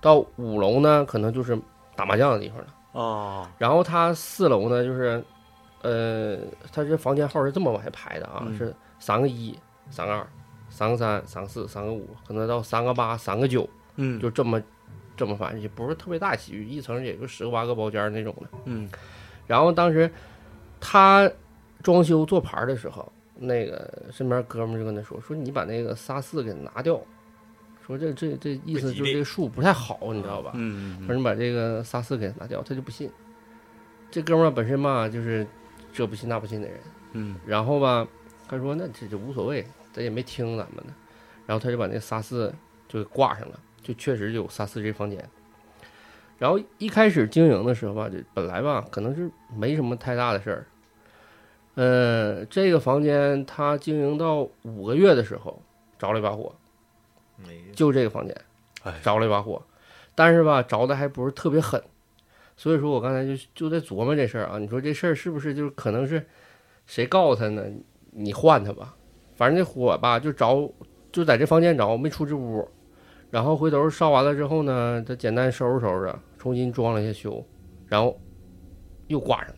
S8: 到五楼呢，可能就是打麻将的地方了。
S3: 啊，
S8: 然后它四楼呢，就是，呃，它这房间号是这么往下排的啊，
S3: 嗯
S8: 是三个一，三个二，三个三，三个四，三个五，可能到三个八，三个九，
S3: 嗯，
S8: 就这么这么反正也不是特别大洗浴，一层也就十个八个包间那种的。
S3: 嗯
S8: 然后当时他装修做牌儿的时候，那个身边哥们儿就跟他说：“说你把那个仨四给拿掉，说这这这意思就是这个数不太好，你知道吧？”
S3: 嗯
S8: 说
S3: 嗯
S8: 你把这个仨四给拿掉，他就不信。这哥们儿本身吧，就是这不信那不信的人，
S3: 嗯
S8: 然后吧，他说那这就无所谓，咱也没听咱们的，然后他就把那仨四就给挂上了，就确实有仨四这房间。然后一开始经营的时候吧，就本来吧可能是没什么太大的事儿，呃，这个房间他经营到五个月的时候着了一把火，就这个房间
S3: 哎，
S8: 着了一把火，但是吧，着的还不是特别狠，所以说我刚才就就在琢磨这事儿啊，你说这事儿是不是就是可能是谁告诉他呢？你换他吧，反正这火吧就着，就在这房间着，没出这屋，然后回头烧完了之后呢，他简单收拾收拾，重新装了一下修，然后又挂上了，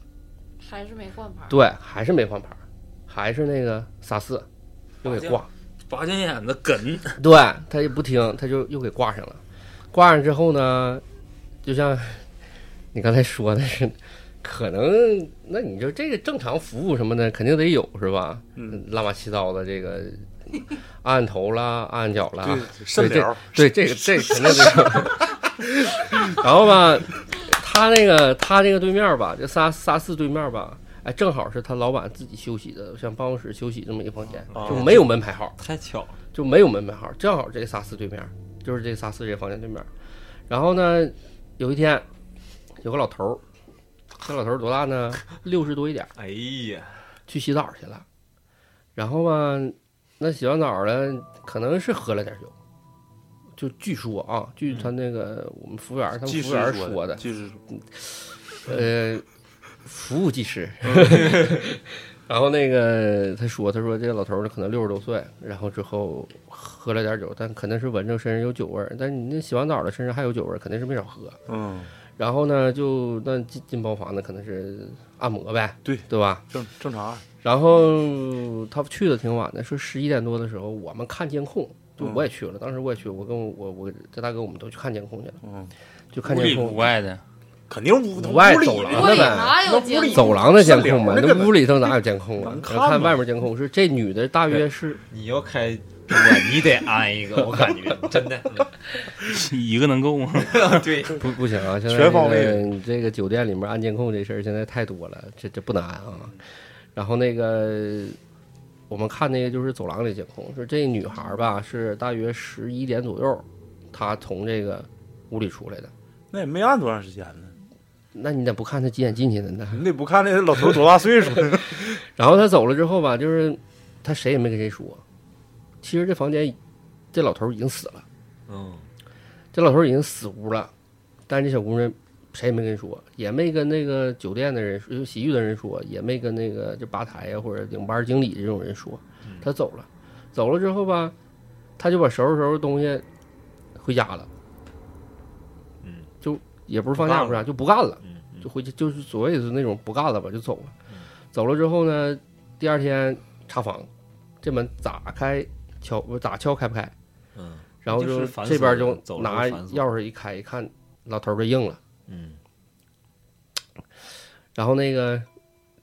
S10: 还是没换牌。
S8: 对，还是没换牌儿，还是那个仨四，又给挂了。
S5: 拔将眼的梗，
S8: 对他也不听，他就又给挂上了。挂上之后呢，就像你刚才说的是，可能那你就这个正常服务什么的肯定得有是吧？
S3: 嗯，
S8: 乱八七糟的这个 按头啦、按脚啦，
S3: 对， 肾
S8: 啊对这
S3: 疗，
S8: 对，这个这个肯定得 有。然后吧，他那个他这个对面吧，这仨仨四对面吧，哎，正好是他老板自己休息的，像办公室休息这么一个房间，
S3: 哦
S8: 就没有门牌号。
S4: 啊太巧了，
S8: 就没有门牌号，正好这仨四对面，就是这仨四这房间对面。然后呢，有一天有个老头儿，这老头儿多大呢？六十多一点儿，
S4: 哎呀，
S8: 去洗澡去了。然后吧，那洗完澡了，可能是喝了点酒，就据说啊，据他那个我们服务员儿，他
S3: 嗯技
S8: 们
S3: 师
S8: 服务员儿
S3: 说
S8: 的，
S3: 技师说
S8: 呃，服务技师。
S3: 嗯
S8: 然后那个他说，他说这老头儿呢可能六十多岁，然后之后喝了点酒，但可能是闻着身上有酒味儿，但你那洗完澡了身上还有酒味儿，肯定是没少喝。
S3: 嗯，
S8: 然后呢，就那进进包房呢，可能是按摩呗，
S3: 对
S8: 对吧？
S3: 正正常啊，
S8: 然后他去的挺晚的，说十一点多的时候，我们看监控，就
S3: 嗯
S8: 我也去了，当时我也去，我跟我我我这大哥我们都去看监控去了，
S3: 嗯，
S8: 就看
S5: 屋
S8: 监
S5: 里
S8: 控
S5: 屋外 的，
S3: 肯定屋
S8: 屋外
S3: 屋里
S8: 走廊
S10: 屋
S8: 的
S10: 里
S8: 呗。
S10: 哪有
S3: 啊那屋里
S10: 景？
S8: 走廊的监控嘛，
S3: 那
S8: 那
S3: 根本
S8: 屋里头哪有监控啊
S3: 能？看吗
S8: 看外面监控是这女的大约是
S4: 你要开宾馆，你得安一个，我感觉真的。
S5: 一个能够 吗？
S4: 对，
S8: 不不行啊！现在
S3: 全方位
S8: 这个这个酒店里面安监控这事儿现在太多了，这这不难啊。然后那个我们看那个就是走廊里监控，说这女孩儿吧是大约十一点左右，她从这个屋里出来的。
S3: 那也没按多长时间呢，
S8: 那你咋不看她几点进去的呢？
S3: 你得不看那老头多大岁数，
S8: 然后她走了之后吧，就是她谁也没跟谁说。其实这房间这老头儿已经死了，
S4: 嗯，
S8: 这老头儿已经死屋了，但是这小姑娘谁也没跟说，也没跟那个酒店的人说、就洗浴的人说，也没跟那个就吧台呀或者领班经理这种人说，
S4: 嗯
S8: 他走了，走了之后吧，他就把收拾收拾东西回家了，
S4: 嗯，
S8: 就也不是放
S4: 不干
S8: 假
S4: 了
S8: 不是啊啥，就不干了，
S4: 嗯嗯
S8: 就回去就是所谓的那种不干了吧，就走了，走了之后呢，第二天查房，这门咋开敲不咋敲开不开，
S4: 嗯
S8: 然后
S4: 就
S8: 就是
S4: 反
S8: 这边
S4: 锁
S8: 就
S4: 的走了
S8: 拿
S4: 就反锁
S8: 钥匙一开，一看老头儿就硬了。
S4: 嗯
S8: 然后那个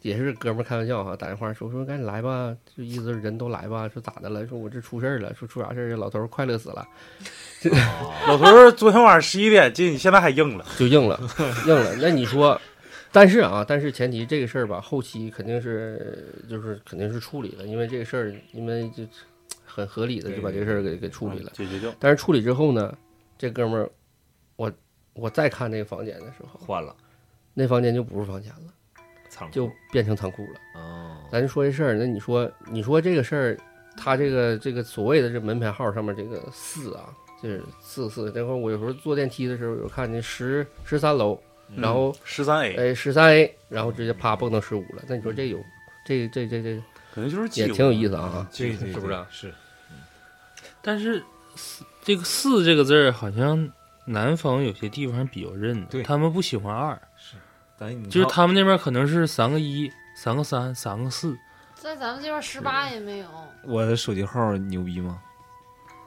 S8: 也是哥们儿开玩笑哈，打电话说说赶紧来吧，就意思是人都来吧，说咋的了？说我这出事儿了，说出啥事儿？老头儿快乐死了，
S3: 老头儿昨天晚上十一点进，现在还硬了，
S8: 就硬了， 硬了。那你说，但是啊，但是前提这个事儿吧，后期肯定是就是肯定是处理了，因为这个事儿，因为就很合理的就把这个事儿给给处理了。
S3: 嗯解决掉，
S8: 但是处理之后呢，这哥们儿，我我再看那个房间的时候，
S4: 换了
S8: 那房间就不是房间了，
S4: 仓库
S8: 就变成仓库了。
S4: 哦，
S8: 咱就说这事儿，那你说，你说这个事儿，他这个这个所谓的这门牌号上面这个四啊，就是四四。那会儿我有时候坐电梯的时候，有看见十十三楼，然后
S3: 嗯十三 A
S8: 哎十三 A，然后直接啪蹦到十五了。那你说这有这这这这
S3: 可能就是
S8: 也
S3: 几
S8: 挺有意思啊。
S4: 对对，
S12: 是不是啊
S4: 是
S5: 但是四这个“四”这个字儿，好像南方有些地方比较认
S4: 对
S5: 的，他们不喜欢二，
S4: 咱你
S5: 就是
S4: 看
S5: 他们那边可能是三个一、三个三、三个四，
S10: 在咱们这边十八也没有，
S4: 我的手机号牛逼吗？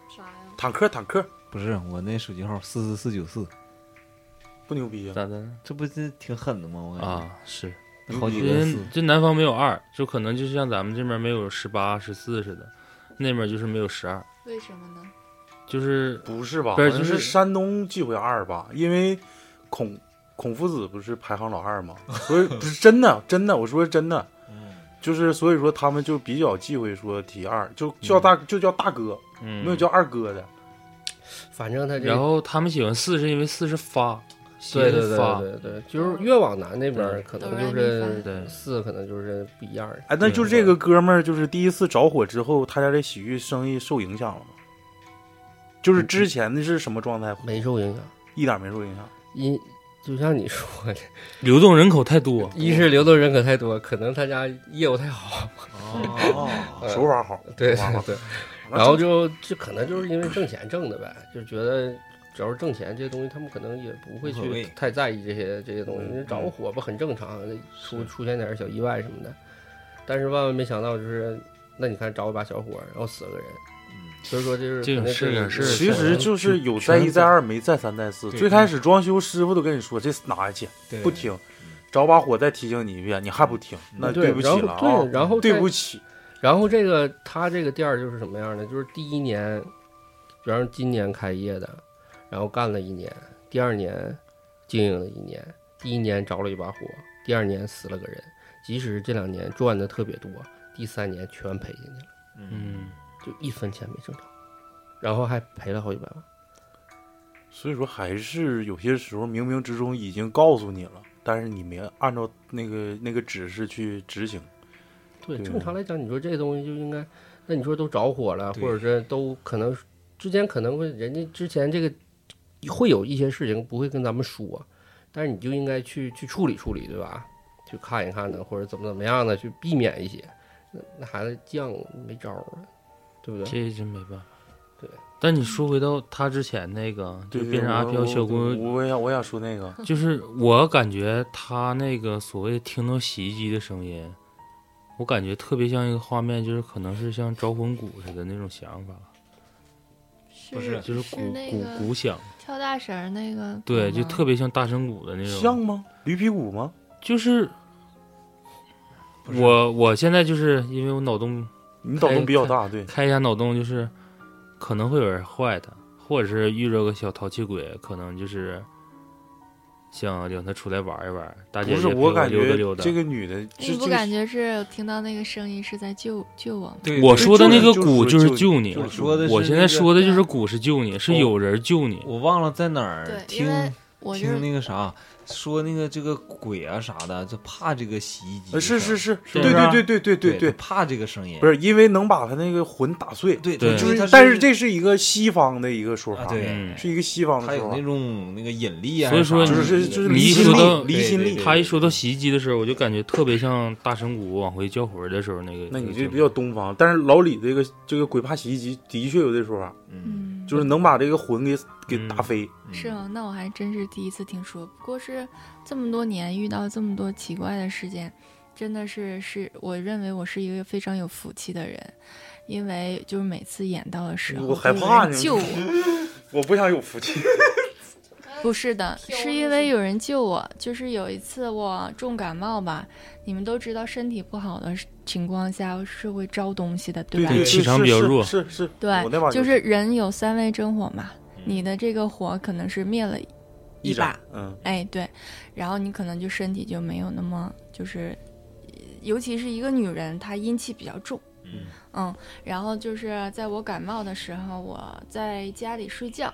S10: 啥呀？
S3: 坦克坦克
S4: 不是，我那手机号四四四九四，
S3: 不牛逼啊，
S5: 咋的呢
S4: 这不是挺狠的吗？
S3: 嗯
S4: 我感
S5: 啊？是，
S4: 觉好几
S5: 因
S4: 个
S5: 为
S4: 四，
S5: 这南方没有二，就可能就像咱们这边没有十八、十四似的，那边就是没有十二，
S7: 为什么呢？
S5: 就是
S3: 不是吧？
S5: 不是
S3: 好像
S5: 就是
S3: 是山东忌讳二吧？因为孔孔夫子不是排行老二 吗？所以不是真的，真的，我说真的，
S5: 嗯
S3: 就是所以说他们就比较忌讳说提二，就叫大、就叫大哥，
S5: 嗯，
S3: 没有叫二哥的。
S8: 反正他这
S5: 然后他们喜欢四是因为四是发，喜
S8: 对
S5: 欢
S8: 对对
S5: 发，
S8: 对对，就是越往南那边儿可能呃就
S7: 哆来咪
S8: 是
S7: 发
S5: 对
S8: 四，可能就是不一样儿。
S3: 哎，那就这个哥们儿，就是第一次着火之后，他家这洗浴生意受影响了吗？就是之前的是什么状态？
S8: 没受影响，
S3: 一点没受影响。
S8: 因就像你说的，
S5: 流动人口太多，
S8: 一是流动人口太多，可能他家业务太好，
S3: 哦，手法好，
S8: 呃对
S3: 手法
S8: 对
S3: 好
S8: 对。然后就就可能就是因为挣钱挣的呗，就觉得只要是挣钱这些东西，他们可能也不会
S4: 无所谓
S8: 去太在意这些这些东西。
S3: 嗯
S8: 你着个火吧很正常，出出现点小意外什么的。但是万万没想到，就是那你看着一把小火，然后死个人，
S3: 嗯
S8: 所以说就是
S5: 这种
S8: 肯定
S5: 事儿是
S3: 其实就是有再一再二，没再三再四。
S4: 对
S3: 最开始装修师傅都跟你说这哪去
S4: 对
S3: 不听，着把火再提醒你一遍，你还不听，那
S8: 对
S3: 不起
S8: 然
S3: 了啊
S8: 后对，，然后
S3: 对
S8: 再
S3: 不起。
S8: 然后这个他这个店儿就是什么样的？就是第一年，比方说今年开业的，然后干了一年，第二年经营了一年，第一年着了一把火，第二年死了个人，即使这两年赚的特别多，第三年全赔进去了，
S5: 嗯，
S8: 就一分钱没挣着，然后还赔了好几百万。
S3: 所以说，还是有些时候冥冥之中已经告诉你了，但是你没按照那个那个指示去执行。
S8: 对，
S3: 对
S8: 正常来讲，你说这东西就应该，那你说都着火了，
S4: 对
S8: 或者是都可能
S9: 之间可能会人家之前这个会有一些事情不会跟咱们说，但是你就应该去去处理处理，对吧？去看一看呢，或者怎么怎么样的，去避免一些。那那孩子犟没招儿啊，对不对？
S5: 这真没办法。
S9: 对，
S5: 但你说回到他之前那个，就
S3: 对，
S5: 变成阿飘小
S3: 姑，
S5: 姑，
S3: 我我也想我想说那个，
S5: 就是我感觉他那个所谓听到洗衣机的声音，我感觉特别像一个画面，就是可能是像招魂鼓似的那种想法，
S7: 是
S5: 就是
S7: 是
S5: 鼓
S7: 那
S5: 鼓
S7: 个
S5: 鼓响，
S7: 跳大绳儿那个，
S5: 对，就特别像大声鼓的那种，
S3: 像吗？驴皮鼓吗？
S5: 就是我我现在就是因为我脑洞
S3: 你
S5: 哎
S3: 脑洞比较大，对，
S5: 开一下脑洞，就是可能会有人坏他，或者是遇着个小淘气鬼，可能就是想领他出来玩一玩。大姐
S3: 不是，
S5: 也陪
S3: 感
S5: 溜达
S3: 觉
S5: 溜达。
S3: 这个女的，这
S7: 你不感觉是听到那个声音是在救救我吗？
S4: 对
S5: 我
S4: 对
S5: 说的那个鼓
S3: 就是是
S5: 救你
S3: 就
S4: 我
S3: 是嗯
S4: 说的，
S5: 我现在，说的就是
S7: 对
S5: 鼓是救你，
S3: 哦
S5: 是
S4: 我
S5: 有人救你。
S4: 我忘了在哪儿
S7: 对，因
S4: 听
S7: 为我就
S4: 听
S7: 是
S4: 那个啥，说那个这个鬼啊啥的，就怕这个洗衣机
S3: 呃
S4: 的声
S3: 是是
S4: 儿。
S3: 是，
S5: 是
S3: 对
S5: 不是啊
S3: 对对对对
S4: 对
S3: 对
S4: 他，怕这个声音，
S3: 不是因为能把她那个魂打碎，
S4: 对
S5: 对
S3: 就
S4: 就是是，
S3: 但是这是一个西方的一个说
S4: 啊
S3: 法，
S4: 对
S5: 嗯，
S3: 是一个西方
S4: 他
S3: 的说
S4: 有
S3: 法
S4: 那，种那个引力啊啥
S5: 所以
S4: 的，
S5: 说
S3: 就是
S5: 你
S3: 是就是
S5: 你
S3: 离
S5: 一
S3: 心
S5: 说
S3: 力，
S5: 到
S3: 离心
S4: 对
S3: 力嗯
S4: 对。
S5: 他一说到洗衣机的时候，我就感觉特别像大神鼓往回叫魂的时候那个。
S3: 那你
S5: 这
S3: 这比较东方，但是老李这个这个鬼怕洗衣机的确有这说法，
S4: 嗯，
S7: 嗯，
S3: 就是能把这个魂给给
S5: 嗯
S3: 打飞。
S4: 嗯
S7: 是吗？那我还真是第一次听说。不过是这么多年遇到这么多奇怪的事件，真的是是我认为我是一个非常有福气的人，因为就是每次演到的时候，
S3: 我害怕呢
S7: 救我。
S3: 我不想有福气，
S7: 不是的，是因为有人救我。就是有一次我重感冒吧，你们都知道，身体不好的情况下是会招东西的，吧？
S5: 对气场比较弱
S3: 是是是，我那把
S7: 对，就是人有三味真火嘛，你的这个火可能是灭了
S3: 一
S7: 把
S3: 盏，，嗯，
S7: 哎，对，然后你可能就身体就没有那么就是，尤其是一个女人，她阴气比较重。
S4: 嗯
S7: 然后就是在我感冒的时候，我在家里睡觉，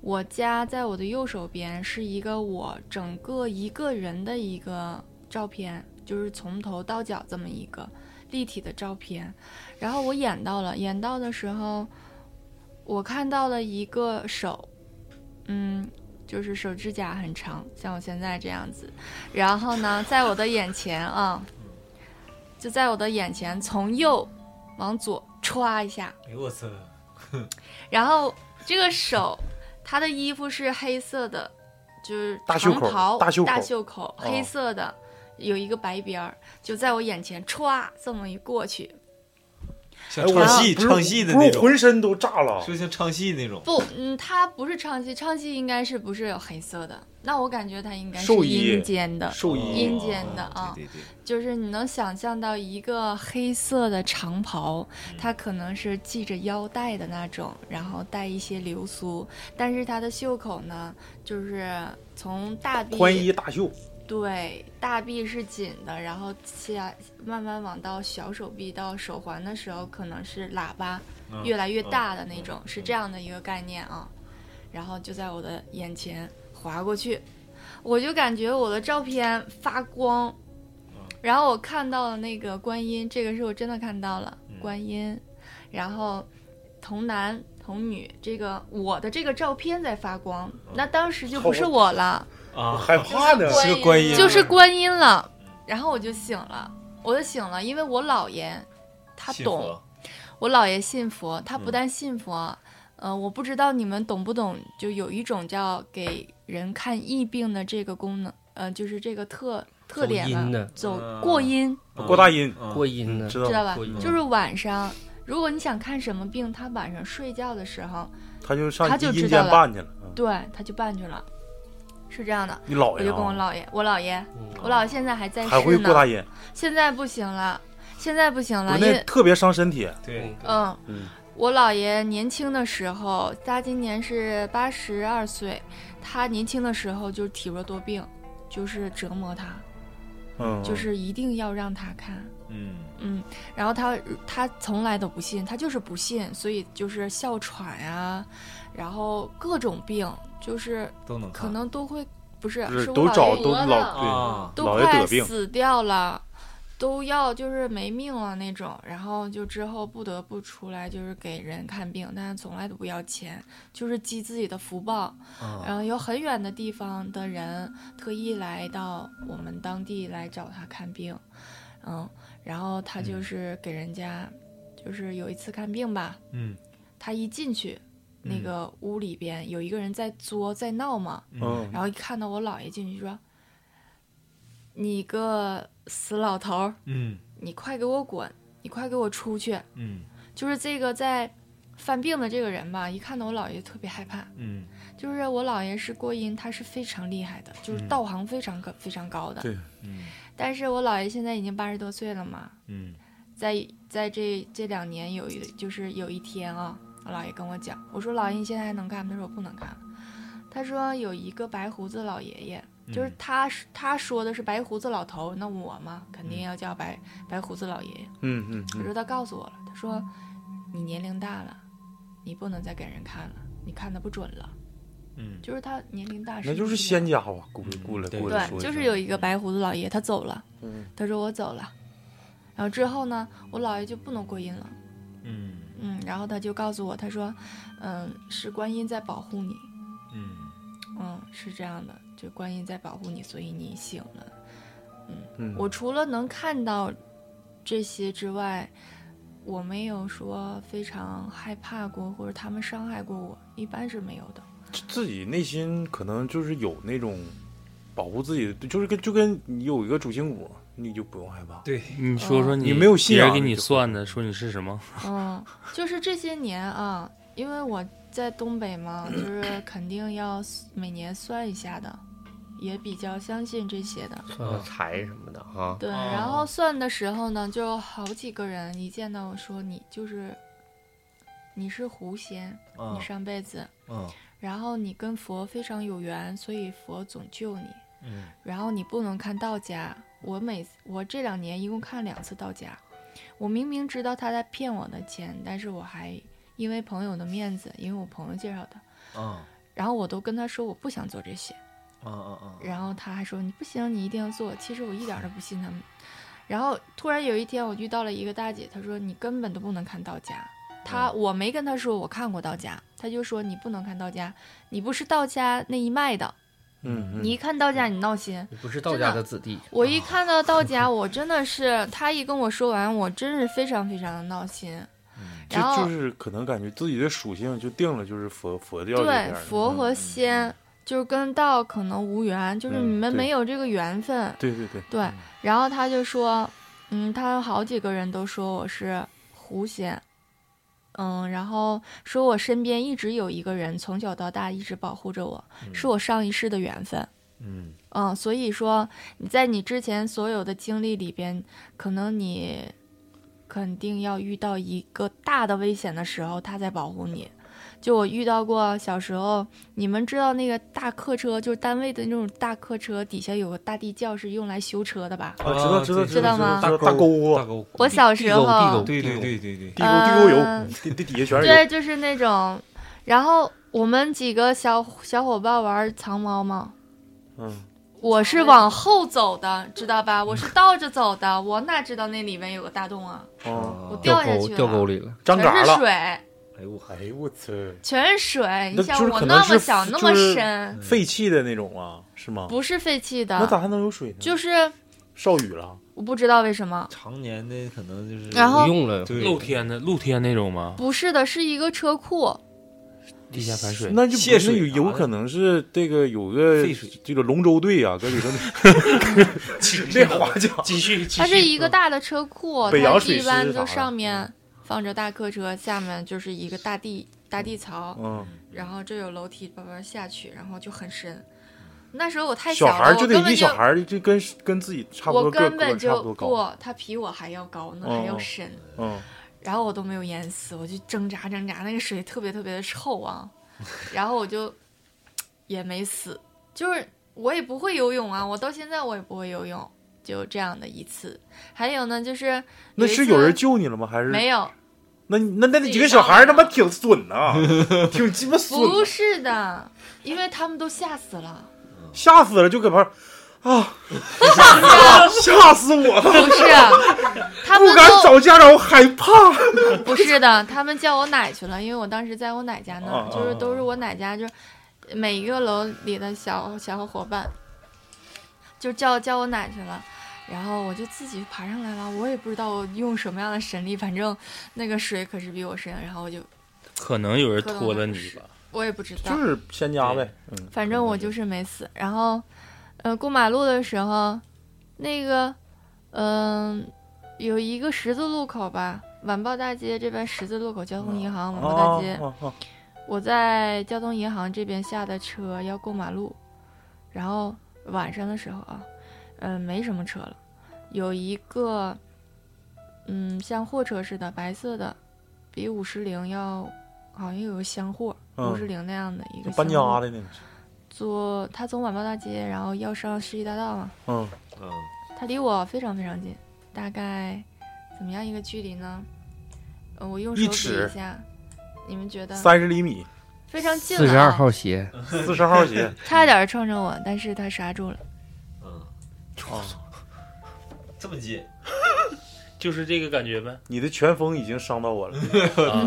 S7: 我家在我的右手边是一个我整个一个人的一个照片，就是从头到脚这么一个立体的照片。然后我演到了，演到的时候，我看到了一个手，嗯。就是手指甲很长，像我现在这样子。然后呢，在我的眼前啊，就在我的眼前，从右往左歘一下，
S4: 哎呦我操，
S7: 然后这个手，他的衣服是黑色的，就是
S3: 大袖
S7: 长
S3: 口
S7: 袍，
S3: 大袖口啊
S7: 口黑色的，有一个白边儿，就在我眼前歘这么一过去，
S4: 像
S3: 哎我
S4: 唱戏
S3: 不是
S4: 唱戏的
S3: 不
S4: 那
S3: 是
S4: 种，
S3: 浑身都炸了，
S4: 就像唱戏那种，
S7: 不，嗯，他不是唱戏，唱戏应该是不是有黑色的？那我感觉他应该是
S3: 兽医
S7: 阴间的，
S3: 兽医
S7: 阴间的啊
S4: 哦对对对，
S7: 就是你能想象到一个黑色的长袍，它可能是系着腰带的那种，然后带一些流苏，但是它的袖口呢，就是从大臂
S3: 宽衣大袖，
S7: 对大臂是紧的，然后下慢慢往到小手臂到手环的时候，可能是喇叭
S4: 嗯
S7: 越来越大的那种，是这样的一个概念啊。然后就在我的眼前划过去，我就感觉我的照片发光，
S4: 嗯
S7: 然后我看到了那个观音，这个是我真的看到了
S4: 嗯
S7: 观音，然后童男童女，这个我的这个照片在发光，
S4: 嗯
S7: 那当时就不是我了。
S3: 我
S8: 嗯
S4: 啊，
S3: 害怕呢。
S4: 是个观音，啊
S7: 就是观音了，然后我就醒了，我就醒了，因为我姥爷他
S4: 信
S7: 懂
S4: 佛，，
S7: 我姥爷信佛，他不
S4: 嗯
S7: 但信佛，呃，我不知道你们懂不懂，就有一种叫给人看疫病的这个功能，呃，就是这个特特点
S9: 走阴
S7: 了
S9: 的，
S7: 走
S4: 嗯
S7: 过阴，
S4: 嗯
S3: 郭大阴
S4: 嗯
S9: 过阴呢，
S3: 知道
S7: 知
S3: 吗
S7: 道？吧
S9: 过？阴
S7: 就是晚上，如果你想看什么病，他晚上睡觉的时候，
S3: 他就上
S7: 他就知
S3: 阴
S7: 道
S3: 间
S7: 了
S3: 办去了。嗯
S7: 对，他就办去了，是这样的。
S3: 你姥
S7: 我
S3: 爷
S7: 就跟我
S3: 啊，
S7: 姥爷，我姥爷，
S4: 嗯
S9: 嗯
S7: 我姥爷现在还在世
S3: 还会
S7: 呢
S3: 过，大阴，
S7: 现在不行了，现在不行
S3: 不
S7: 了，
S3: 是
S7: 因
S3: 那
S7: 为
S3: 特别伤身体。
S4: 对，
S7: 嗯
S3: 嗯，
S7: 我姥爷年轻的时候，他今年是八十二岁，他年轻的时候就体弱多病，就是折磨他，
S3: 嗯，
S7: 就是一定要让他看。
S4: 嗯，
S7: 嗯，然后他他从来都不信，他就是不信，所以就是哮喘呀、然后各种病，就是
S4: 都能
S7: 可
S4: 看
S7: 能都会不是
S3: 啊就是
S7: 是我
S3: 都
S7: 姥
S3: 找
S7: 爷
S3: 都
S6: 得了
S3: 老对
S4: 啊，
S7: 都
S3: 老爷
S7: 快
S3: 得病
S7: 死掉了，都要就是没命了那种，然后就之后不得不出来就是给人看病，但是从来都不要钱，就是积自己的福报。然后有很远的地方的人特意来到我们当地来找他看病，嗯，然后他就是给人家，就是有一次看病吧，
S4: 嗯，
S7: 他一进去那
S4: 嗯
S7: 个屋里边有一个人在作在闹嘛，
S3: 嗯，
S7: 然后一看到我姥爷进去就说：“你个死老头儿，
S4: 嗯
S7: 你快给我滚！你快给我出去
S4: 嗯！”
S7: 就是这个在犯病的这个人吧，一看到我姥爷特别害怕。
S4: 嗯
S7: 就是我姥爷是过阴，他是非常厉害的，就是
S4: 嗯
S7: 道行非常高、非常高的。
S3: 对，
S4: 嗯
S7: 但是我姥爷现在已经八十多岁了嘛，
S4: 嗯
S7: 在在这这两年有一就是有一天啊，我姥爷跟我讲，我说姥爷你现在还能干吗？他说我不能干了。他说有一个白胡子老爷爷，就是
S4: 嗯
S7: 他是他说的是白胡子老头，那我嘛肯定要叫白、白胡子老爷爷。
S3: 嗯嗯
S7: 我
S3: 嗯
S7: 说他告诉我了，他说你年龄大了，你不能再给人看了，你看的不准了。
S4: 嗯
S7: 就是他年龄大，
S3: 那就是
S7: 先
S3: 仙家吧，过过来
S4: 对
S3: 过来
S7: 对，
S3: 说一
S7: 就
S3: 声，
S7: 是有一个白胡子老爷，他走了，
S3: 嗯
S7: 他说我走了，然后之后呢，我姥爷就不能过阴了。
S4: 嗯
S7: 嗯，然后他就告诉我，他说，嗯，是观音在保护你，
S4: 嗯
S7: 嗯，是这样的，就观音在保护你，所以你醒了。
S3: 嗯，
S7: 我除了能看到这些之外，我没有说非常害怕过，或者他们伤害过我，一般是没有的。
S3: 自己内心可能就是有那种保护自己的，就是跟就跟你有一个主心骨，你就不用害怕。
S4: 对，
S5: 你说说
S3: 你没有信
S5: 别
S3: 仰
S5: 人给你
S3: 你就
S5: 算的，说你是什么？
S7: 嗯，就是这些年啊，因为我在东北嘛，就是肯定要每年算一下的，也比较相信这些的。
S9: 算个财什么的哈。
S7: 对，
S4: 哦
S7: 然后算的时候呢，就有好几个人一见到我说你就是你是狐仙，
S4: 啊
S7: 你上辈子，
S4: 嗯
S7: 然后你跟佛非常有缘，所以佛总救你。
S4: 嗯
S7: 然后你不能看道家，我每次我这两年一共看两次道家，我明明知道他在骗我的钱，但是我还因为朋友的面子，因为我朋友介绍的，
S4: 啊
S7: 然后我都跟他说我不想做这些。
S4: 啊
S3: 嗯
S4: 啊
S7: 然后他还说你不行，你一定要做。其实我一点儿都不信他们。然后突然有一天，我遇到了一个大姐，她说你根本都不能看道家。她
S3: 嗯
S7: 我没跟她说我看过道家，她就说你不能看道家，你不是道家那一脉的，
S3: 嗯嗯，哦
S7: 你一看道家你闹心。
S9: 你不是道家的子弟，
S7: 我一 看到道家，我真的是，她一跟我说完，我真是非常非常的闹心。
S3: 就
S7: 然后
S3: 就是可能感觉自己的属性就定了，就是佛佛教这边
S7: 对
S3: 儿
S7: 佛
S3: 嗯
S7: 和仙就是跟道可能无缘，就是
S3: 嗯
S7: 你们
S3: 对
S7: 没有这个缘分。
S3: 对对对，
S7: 对，然后他就说，嗯，他有好几个人都说我是狐仙，嗯，然后说我身边一直有一个人从小到大一直保护着我，是我上一世的缘分，
S4: 嗯
S7: 嗯，所以说你在你之前所有的经历里边，可能你肯定要遇到一个大的危险的时候，他在保护你。就我遇到过，小时候你们知道那个大客车，就是单位的那种大客车，底下有个大地窖是用来修车的吧？
S3: 啊，知道知道
S4: 对
S7: 知道吗
S3: 知道大沟
S4: 大
S3: 啊，
S4: 沟，
S7: 我小时候，
S4: 对对对对对，
S3: 地沟啊地沟油
S7: 嗯，
S3: 地地底下全是油
S7: 对，就是那种，然后我们几个小小伙伴玩藏猫嘛，，
S3: 嗯，
S7: 我是往后走的，知道吧？我是倒着走的，我哪知道那里面有个大洞啊？
S3: 哦，
S7: 我
S9: 掉
S7: 掉下
S9: 沟
S7: 去了，
S9: 掉沟里了。
S3: 张嘎
S7: 全是
S3: 了，
S7: 水，
S4: 哎呦
S3: 哎呦我操，
S7: 全是水。
S3: 那
S7: 你想
S3: 就是
S7: 我
S3: 可能
S7: 那么
S3: 是
S7: 小，
S3: 就
S7: 那么
S3: 是
S7: 深，
S3: 废弃的那种啊，是吗？
S7: 不是废弃
S3: 那咋
S7: 的，
S3: 还能有水呢？
S7: 就是
S3: 少雨了，
S7: 我不知道为什么，
S4: 常年的可能就是
S7: 然后
S8: 不用了，
S4: 对
S5: 露天的，露天那种吗？
S7: 不是的，是一个车库。
S5: 地下排水？
S3: 那就不
S4: 泄
S3: 是
S4: 水
S3: 有
S4: 啥
S3: 有
S4: 的
S3: 可能是这个有个
S4: 废水
S3: 这个龙舟队啊，搁里头 那那划桨，
S5: 继续，继续
S7: 它是一个大的车库，
S3: 北洋
S7: 它
S3: 嗯水
S7: 一
S3: 师
S7: 般
S3: 啥
S7: 就
S3: 的嗯
S7: 上面放着大客车，下面就是一个大地大地槽，
S3: 嗯，
S7: 然后这有楼梯慢慢下去，然后就很深。那时候我太
S3: 小
S7: 了，
S3: 孩儿就
S7: 我
S3: 得
S7: 根本
S3: 一
S7: 就
S3: 小孩儿就跟跟自己差不
S7: 我
S3: 多个
S7: 根
S3: 个
S7: 本
S3: 差不多
S7: 就
S3: 高，
S7: 不，他比我还要高呢，
S3: 嗯
S7: 还要
S3: 嗯
S7: 深，
S3: 嗯，
S7: 然后我都没有淹死，我就挣扎挣扎，那个水特别特别的 臭啊，然后我就也没死，就是我也不会游泳啊，我到现在我也不会游泳，就这样的一次。还有呢，就是
S3: 那
S7: 一
S3: 是
S7: 次
S3: 有人救你了吗？还是
S7: 没有？
S3: 那你那那那
S7: 自己
S3: 几个小
S7: 上
S3: 孩儿他
S7: 的
S3: 妈挺损呐，挺鸡巴损
S7: 不
S3: 的，
S7: 是的，因 为他们都吓死了。
S3: 吓死了就搁旁边啊，吓死我了！
S7: 不是，他
S3: 不
S7: 们
S3: 敢
S7: 都
S3: 找家长，我害怕。
S7: 不是的，他们叫我奶去了，因为我当时在我奶家那
S3: 啊
S7: 儿，就是
S3: 啊
S7: 都是我奶家，就是每一个楼里的小小伙伴，就叫叫我奶去了。然后我就自己爬上来了，我也不知道我用什么样的神力，反正那个水可是比我深，然后我就
S5: 可能有人拖了你吧？
S7: 我也不知道
S3: 就，是仙家呗，嗯，
S7: 反正我就是没死。然后，呃，过马路的时候，那个，嗯、有一个十字路口吧，晚报大街这边十字路口交
S3: 嗯
S7: 通银行晚报大街，
S3: 哦哦哦
S7: 我在交通银行这边下的车要过马路，然后晚上的时候啊，嗯，没什么车了，有一个，嗯，像货车似的白色的，比五十铃要好像有个箱货，
S3: 嗯
S7: 五十铃那样的一
S3: 就
S7: 个
S3: 嗯搬
S7: 箱
S3: 家
S7: 货，
S3: 的那个，
S7: 坐他从晚报大街，然后要上世纪大道嘛，
S3: 嗯
S4: 嗯，
S7: 它离我非常非常近，大概怎么样一个距离呢？呃，我用手
S3: 一
S7: 比
S3: 尺
S7: 一下，你们觉得
S3: 三十厘米，
S7: 非常近了、
S8: 四
S7: 啊，
S8: 十二号鞋，
S3: 四十号 鞋，
S7: 差点儿撞着我，但是他刹住了。
S3: 啊
S4: 这么近，
S5: 就是这个感觉呗。
S3: 你的拳风已经伤到 我了，
S5: 啊，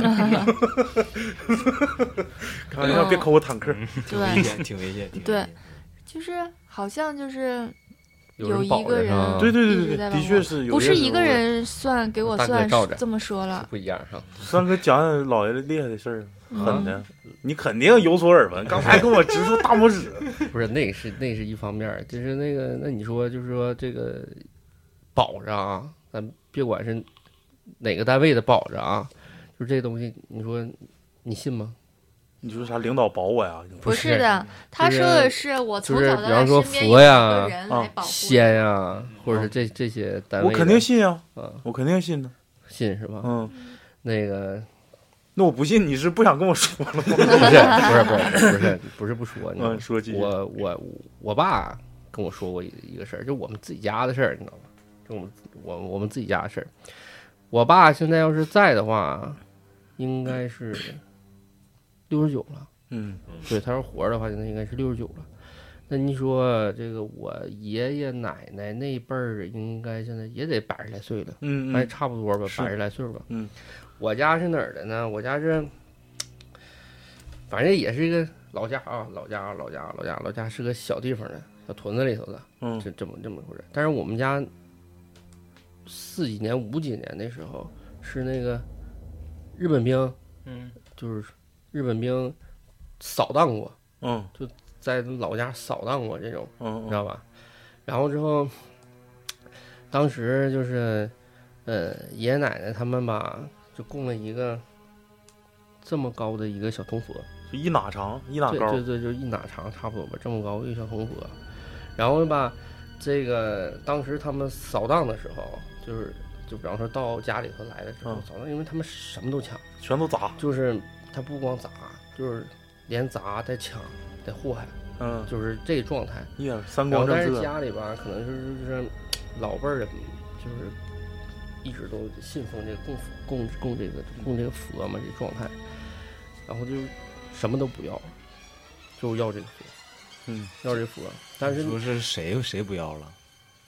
S3: 开玩笑，别抠我坦
S8: 嗯
S3: 克。
S4: 挺危
S7: 对，
S4: 险，挺危险，挺危险
S7: 对就是好像就是
S8: 人
S7: 有一
S8: 保
S7: 个
S8: 着是吧
S7: 人，
S3: 对对
S7: 一
S3: 对
S7: 直
S3: 对
S7: 在
S3: 对，的
S7: 往我
S3: 确是有
S7: 不
S3: 些
S7: 是
S3: 时
S7: 一个
S3: 候。
S7: 人算给我
S8: 大哥
S7: 算
S8: 罩着
S7: 这么说了，
S8: 不一样哈。
S3: 三哥讲讲老爷厉害的事儿，狠
S7: 嗯，
S3: 的，你肯定有所耳闻。刚才跟我直竖大拇指，
S8: 不是，那个是那是一方面儿，就是那个，那你说就是说这个保着啊，咱别管是哪个单位的保着啊，就这东西，你说你信吗？
S3: 你说啥？领导保我呀？
S7: 不是的，他说的是我从
S8: 就是
S7: 小
S8: 比
S7: 到
S8: 方
S7: 大
S8: 说
S7: 身边有
S8: 佛
S7: 一
S8: 呀
S7: 个人来
S3: 啊
S7: 保护我。
S8: 仙呀、或者是这这些单
S3: 嗯我
S8: 位的，
S3: 肯定信啊，
S8: 啊，
S3: 我肯定信呢。
S8: 信是吧？
S3: 嗯，
S8: 那 个
S3: 那我不信你是不想跟我说了吗？
S8: 不是不是不是不是不是不说，你知道吗
S3: 嗯，说继续。
S8: 我我我爸跟我说过一一个事儿，就我们自己家的事儿，你知道吗？就我们我我们自己家的事儿。我爸现在要是在的话，应该是六十九了。
S3: 嗯，
S8: 对，他要是活着的话，现在应该是六十九了。那你说这个我爷爷奶奶那辈儿，应该现在也得百十来岁了。
S3: 嗯
S8: 哎，
S3: 嗯
S8: 差不多吧，
S3: 是
S8: 百十来岁吧。
S3: 嗯，
S8: 我家是哪儿的呢？我家是，反正也是一个老家啊，老家啊老家啊老家啊老家是个小地方的小屯子里头的，
S3: 嗯
S8: 这这么这么回事。但是我们家四几年、五几年的时候是那个日本兵，
S5: 嗯，
S8: 就是日本兵扫荡过，
S3: 嗯
S8: 在老家扫荡过这种。
S3: 嗯，
S8: 你
S3: 嗯
S8: 知道吧？然后之后，当时就是，呃，爷爷奶奶他们吧，就供了一个这么高的一个小铜佛，
S3: 就一哪长一哪
S8: 对
S3: 高
S8: 对，对，就一哪长差不多吧，这么高一个小铜佛。然后吧，这个当时他们扫荡的时候，就是就比方说到家里头来了之后
S3: 嗯
S8: 扫荡，因为他们什么都抢，
S3: 全都砸。
S8: 就是他不光砸，就是连砸带抢带祸害，
S3: 嗯，
S8: 就是这状态。
S3: 一点三
S8: 然
S3: 光啊
S8: 后
S3: 政
S8: 但是
S3: 策。
S8: 家里吧，可能就是就是老辈儿的，就是一直都信奉这个供佛供供这个供这个佛嘛，这状态，然后就什么都不要，就要这个佛，
S3: 嗯，
S8: 要这佛，但是
S4: 你说是谁谁不要了，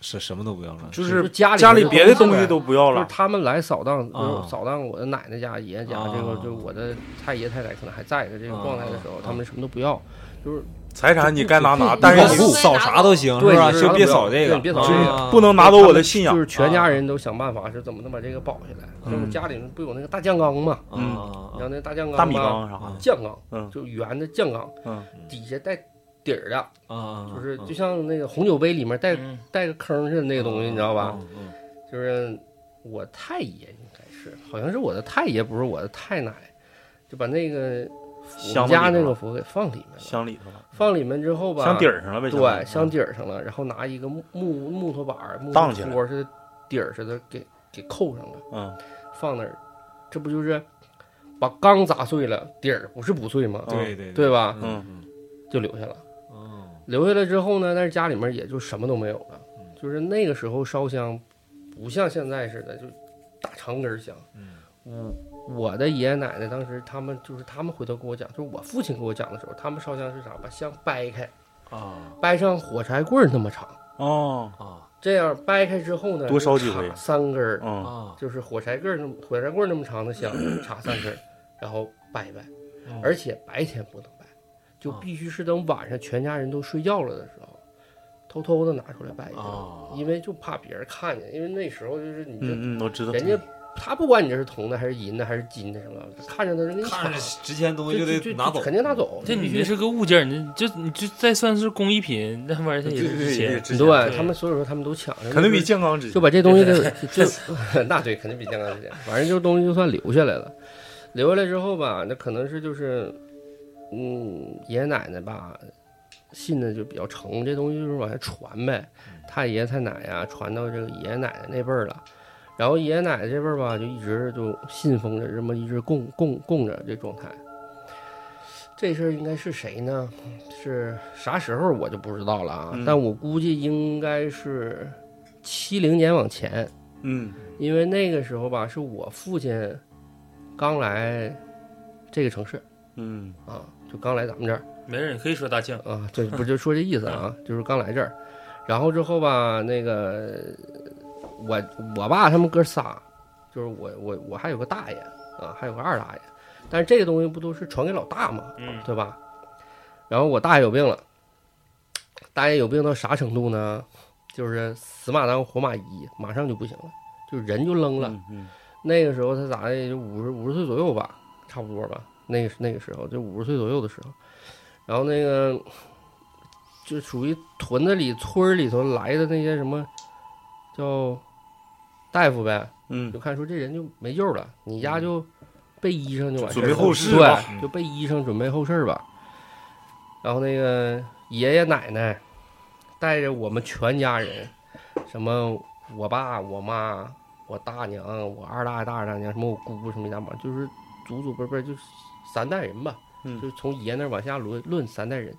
S4: 是什么都不要了，
S3: 就
S8: 就是家里
S3: 家里
S8: 头
S3: 别的东西都不要
S8: 就是
S3: 了。
S8: 他们来扫荡，
S4: 啊
S8: 就是扫荡我的奶奶家、爷爷家，
S4: 啊
S8: 这个就我的太爷太奶可能还在的这个状态的时候，
S4: 啊啊
S8: 他们什么都不要，就是
S3: 财产你该拿拿，但
S4: 你
S3: 是
S4: 说
S3: 你
S4: 扫啥都行，
S8: 对
S4: 是吧？
S8: 你说啥
S4: 就
S8: 都
S4: 别
S8: 不要
S4: 扫这个，
S8: 对别扫这个
S3: 不能拿走我的信
S8: 就
S3: 仰。啊
S8: 是全家人都想办法是怎么能把这个保下来。
S4: 嗯
S8: 就是家里不有那个大酱缸嘛，
S3: 嗯
S4: 啊
S8: 你知道那大酱缸
S3: 大米
S8: 吧
S3: 缸啥的，
S8: 酱缸，
S3: 嗯
S8: 就圆的酱缸，
S3: 嗯
S8: 底下带底儿的，
S4: 啊啊，
S8: 就是就像那个红酒杯里面
S3: 嗯
S8: 带
S5: 嗯
S8: 带个坑似的那个东西，你知道吧？？就是我太爷应该是，好像是我的太爷，不是我的太奶，就把那个我
S3: 箱
S8: 们
S3: 子里
S8: 家那
S3: 头
S8: 个佛给放里面了。
S3: 箱里头了，
S8: 放里面之后吧，
S3: 箱底儿上了呗。
S8: 对，箱
S3: 箱
S8: 底儿上了，然后拿一个木木木头板儿、木头
S3: 荡起来
S8: 托似的底儿似的给给扣上了，
S3: 嗯
S8: 放那儿，这不就是把缸砸碎了，底儿不是不碎吗？
S4: 对对
S8: 对吧？
S4: 嗯
S8: 就留下
S4: 嗯
S8: 了。留下来之后呢，但是家里面也就什么都没有了
S4: 嗯，
S8: 就是那个时候烧香，不像现在似的，就大长根儿香。
S4: 嗯
S8: 我我的爷爷奶奶当时他们就是他们回头跟我讲，就是我父亲跟我讲的时候，他们烧香是啥？把香掰开，
S4: 啊
S8: 掰上火柴棍儿那么长，
S3: 哦
S4: 啊
S8: 这样掰开之后呢，
S3: 多烧
S8: 就
S3: 几回
S8: 插三根儿，
S3: 嗯，
S9: 啊，
S8: 就是火柴棍儿那么火柴棍儿那么长的香，插三根儿，然后掰一掰，
S13: 哦
S9: 嗯
S8: 而且白天不能掰，就
S9: 啊
S8: 必须是等晚上全家人都睡觉了的时候，偷偷的拿出来掰一
S13: 哦
S8: 下，
S9: 啊，
S8: 因为就怕别人看见，因为那时候就是你这
S3: 嗯嗯，我知道。
S8: 人家他不管你这是铜的还是银的还是金的什么，看着他人给你
S4: 看
S8: 抢
S4: 着，值钱的东西
S8: 就
S4: 就
S8: 就
S4: 得拿走，
S8: 肯定拿走。
S5: 这你那是个物件儿，你就你就再算是工艺品，那玩意儿它也是值钱。
S3: 值钱
S8: 对他们，所以说他们都抢着，
S3: 肯定比健康值
S8: 就
S3: 钱。
S8: 把这东西给就 那对，肯定比健康值钱。反正就东西就算留下来了，留下来之后吧，那可能是就是，嗯，爷爷奶奶吧，信的就比较诚，这东西就是往下传呗，太爷太奶呀，传到这个爷爷奶奶那辈儿了。然后爷爷奶奶这辈儿吧，就一直就信奉着这么一直供供供着这状态。这事儿应该是谁呢？是啥时候我就不知道了啊，
S3: 嗯
S8: 但我估计应该是七零年往前，
S3: 嗯
S8: 因为那个时候吧，是我父亲刚来这个城市
S3: 嗯
S8: 啊，就刚来咱们这儿
S5: 没事，你可以说大庆。
S8: 啊，对，不就说这意思啊，就是刚来这儿，然后之后吧，那个我我爸他们哥仨，就是我我我还有个大爷啊，还有个二大爷，但是这个东西不都是传给老大吗？
S5: 嗯，
S8: 对吧？然后我大爷有病了，大爷有病到啥程度呢？就是死马当活马医，马上就不行了，就人就愣了。
S3: 嗯
S8: 那个时候他咋的也就五十五十岁左右吧，差不多吧。那个那个时候就五十岁左右的时候，然后那个就属于屯子里村儿里头来的那些什么叫大夫呗，
S3: 嗯
S8: 就看说这人就没救了，你家就备医生就完事儿
S3: 准
S8: 了，
S3: 备后事吧
S8: 对，就备医生准备后事儿吧。然后那个爷爷奶奶带着我们全家人，什么我爸、我妈、我大娘、我二大爷、大二大娘，什么我姑什么一大妈，就是祖祖辈辈就是三代人吧，
S3: 嗯
S8: 就是从爷那儿往下论论三代人，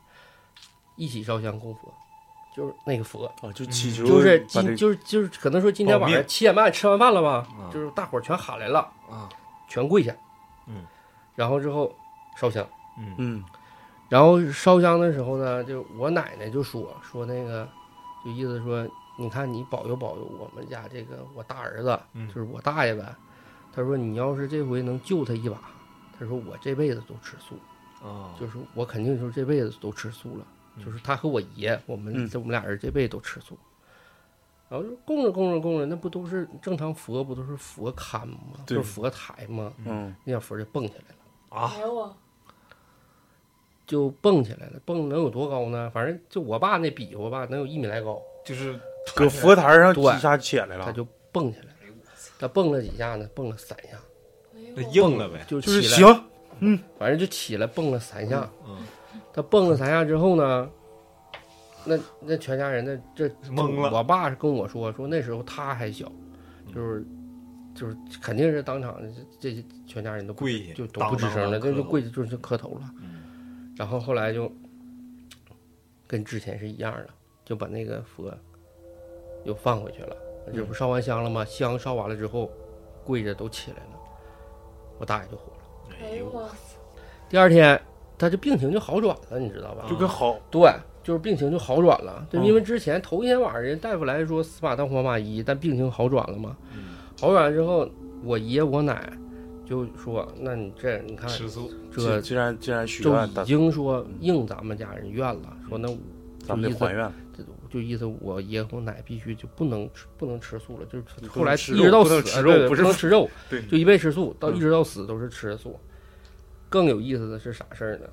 S8: 一起烧香供佛，就是那个佛，
S3: 啊，就祈求
S8: 嗯就是
S3: 把
S8: 今
S3: 这
S8: 就是就是可能说今天晚
S3: 保
S8: 上
S3: 命
S8: 七点半吃完饭了吧，
S4: 啊
S8: 就是大伙儿全喊来了
S4: 啊，
S8: 全跪下，
S4: 嗯，
S8: 然后之后烧香，
S3: 嗯
S8: 然后烧香的时候呢，就我奶奶就说说那个，就意思说，你看你保佑保佑我们家这个我大儿子，
S5: 嗯
S8: 就是我大爷呗，他说你要是这回能救他一把，他说我这辈子都吃素，
S4: 啊，
S8: 就是我肯定就是这辈子都吃素了，就是他和我爷，我们
S3: 嗯
S8: 这我们俩人这辈子都吃素。然后就供着供着供着，那不都是正常佛不都是佛龛吗？
S3: 对
S8: 就是佛台吗？
S3: 嗯
S8: 那小佛就蹦起来了，
S6: 没有啊，
S8: 就蹦起来了，蹦能有多高呢？反正就我爸那比划吧，能有一米来高，
S4: 就是
S3: 搁佛台上
S8: 对
S3: 一下起来
S8: 他
S3: 了，
S8: 就蹦起来了。他蹦了几下呢？蹦了三下，
S6: 没
S4: 那
S6: 有啊。
S4: 硬了呗，
S8: 就
S3: 就是
S8: 起来
S3: 行，
S8: 反正就起来蹦了三下。
S4: 嗯
S8: 他蹦了三下之后呢，那那全家人那这
S4: 懵了嗯
S8: 我爸是跟我说说那时候他还小，就是就是肯定是当场这这全家人都不
S4: 跪下
S8: 就都不吱声了，
S4: 当当地磕
S8: 就就
S4: 头
S8: 跪就就磕头了。
S4: 嗯
S8: 然后后来就跟之前是一样的，就把那个佛又放回去了。这
S4: 嗯
S8: 不烧完香了吗？香烧完了之后，跪着都起来了，我大爷就活了。
S6: 没有啊，
S8: 第二天他这病情就好转了，你知道吧？
S3: 就跟好
S8: 对，就是病情就好转了。
S3: 嗯
S8: 就因为之前头一天晚上人大夫来说死马当活马医，但病情好转了嘛。
S3: 嗯
S8: 好转了之后，我爷我奶就说：“那你这你看
S4: 吃素
S8: 这
S3: 既然既然许
S8: 就
S3: 愿，
S8: 已经说应咱们家人愿了，说那
S3: 嗯咱们得还愿了。
S8: 这就意思我爷和我奶必须就不能吃不能吃素了，就是
S3: 不能
S8: 后来一
S3: 吃
S8: 直
S3: 肉
S8: 到
S3: 不
S8: 死
S3: 能吃
S8: 啊
S3: 肉
S8: 对对
S3: 不
S8: 不
S3: 是嗯
S8: 能 吃肉，
S3: 对
S8: 就一辈吃素，到
S3: 嗯
S8: 一直到死都是吃素。更有意思的是啥事儿呢？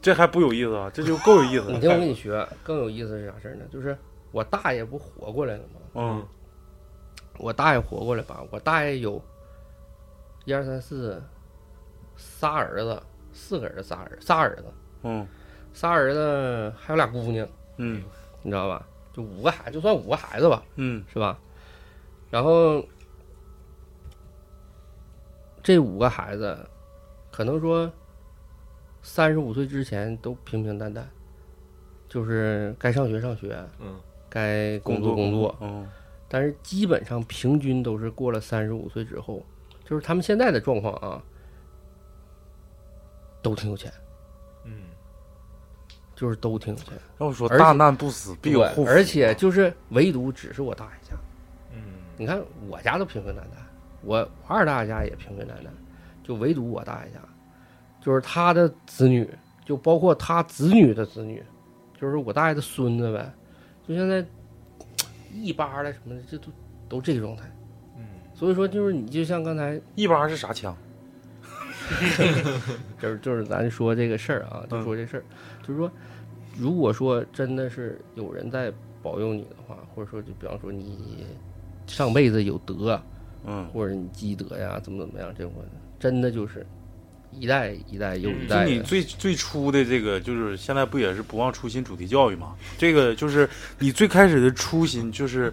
S3: 这还不有意思啊，这就够有意思
S8: 你听我
S3: 了。
S8: 跟你学，更有意思是啥事儿呢？就是我大爷不活过来了吗？
S3: 嗯
S8: 我大爷活过来吧，我大爷有一二三四仨儿子，四个儿子，仨儿仨儿子，
S3: 嗯
S8: 仨儿子还有俩姑娘，
S3: 嗯
S8: 你知道吧？就五个孩，就算五个孩子吧。
S3: 嗯
S8: 是吧？然后这五个孩子，可能说三十五岁之前都平平淡淡，就是该上学上学，
S4: 嗯，
S8: 该工作工
S3: 工
S8: 作，
S3: 嗯
S8: 但是基本上平均都是过了三十五岁之后，就是他们现在的状况啊，都挺有钱，
S5: 嗯，
S8: 就是都挺有钱，
S3: 要说
S8: 而且
S3: 大难不死必有后
S8: 对
S3: 福，
S8: 而且就是唯独只是我大爷家，
S5: 嗯，
S8: 你看我家都平平淡淡，我我二大爷家也平平淡淡，就唯独我大爷家，就是他的子女，就包括他子女的子女，就是我大爷的孙子呗，就现在一巴了什么的，这都都这个状态。所以说，就是你就像刚才，
S3: 一巴是啥枪？
S8: 就是就是咱说这个事儿啊，就说这事儿，就是说，如果说真的是有人在保佑你的话，或者说就比方说你上辈子有德，
S3: 嗯，
S8: 或者你积德呀，怎么怎么样，这种真的就是一代一代又一
S3: 嗯就
S8: 代
S3: 你
S8: 的。
S3: 最最初的这个，就是现在不也是不忘初心主题教育嘛？这个就是你最开始的初心，就是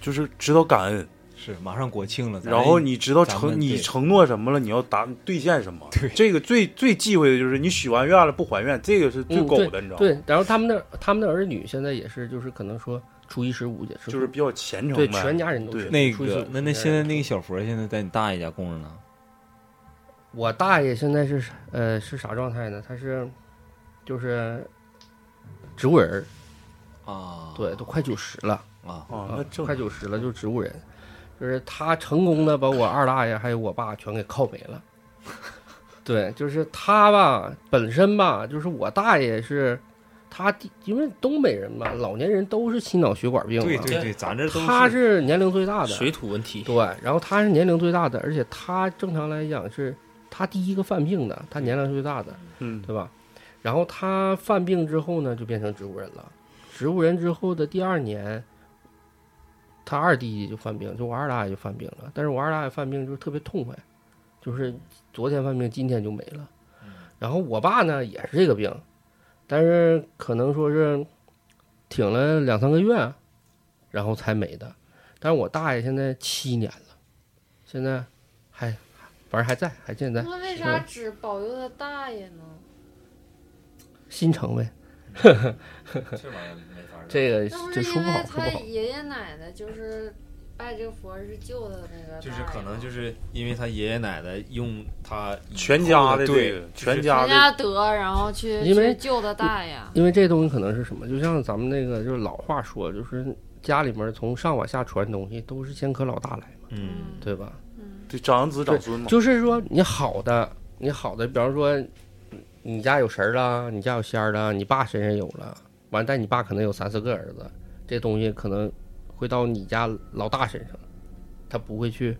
S3: 就是知道感恩，
S4: 是马上国庆了，咱
S3: 然后你知道
S4: 咱
S3: 承
S4: 们
S3: 你
S4: 对
S3: 承诺什么了，你要达兑现什么。
S4: 对
S3: 这个最最忌讳的就是你许完愿了不还愿，这个是最
S8: 嗯
S3: 狗
S8: 对
S3: 的，你知道吗？
S8: 对，然后他们的他们的儿女现在也是，就是可能说初一十五也吃素，
S3: 就是比较虔诚呗。
S8: 对全家人都吃
S3: 对
S4: 那
S8: 初一十
S4: 个
S8: 五
S4: 那那现在那个小佛现在在你大爷家供着呢，
S8: 我大爷现在是啥呃是啥状态呢？他是就是植物人儿，
S4: 啊，
S8: 对，都快九十了，
S4: 啊，
S3: 啊，
S8: 啊
S3: 那正
S8: 快九十了，就是植物人，就是他成功的把我二大爷还有我爸全给靠没了。对，就是他吧，本身吧，就是我大爷是，他第因为东北人嘛，老年人都是心脑血管病嘛，
S4: 对对对，咱这都
S8: 他是年龄最大的，
S5: 水土问题，
S8: 对，然后他是年龄最大的，而且他正常来讲是他第一个犯病的，他年龄最大的，
S3: 嗯，
S8: 对吧？然后他犯病之后呢，就变成植物人了。植物人之后的第二年，他二弟就犯病，就我二大爷就犯病了。但是我二大爷犯病就是特别痛快，就是昨天犯病，今天就没了。然后我爸呢也是这个病，但是可能说是挺了两三个月，然后才没的。但是我大爷现在七年了，现在还反正还在，还健在。
S6: 那为啥只保佑他大爷呢？
S8: 新城呗。
S5: 这玩意儿没法
S8: 这个
S6: 那不
S8: 这
S6: 是
S8: 说
S6: 因
S8: 不好
S6: 为，
S8: 说
S6: 他
S8: 不好。
S6: 爷爷奶奶就是拜这个佛是救他那个大爷吗，
S4: 就是可能就是因为他爷爷奶奶用他以
S3: 全
S4: 后
S3: 家的这
S4: 对
S3: 个，全
S6: 全
S3: 家的
S6: 家得，然后去
S8: 因为
S6: 去
S8: 嗯
S6: 救他大爷。啊
S8: 因为这东西可能是什么，就像咱们那个就是老话说，就是家里面从上往下传东西，都是先磕老大来嘛，
S4: 嗯，
S8: 对吧？
S3: 对长子长孙嘛。
S8: 就是说你好的，你好的，比方说你家有神儿了，你家有仙儿了，你爸身上有了，完但你爸可能有三四个儿子，这东西可能会到你家老大身上，他不会去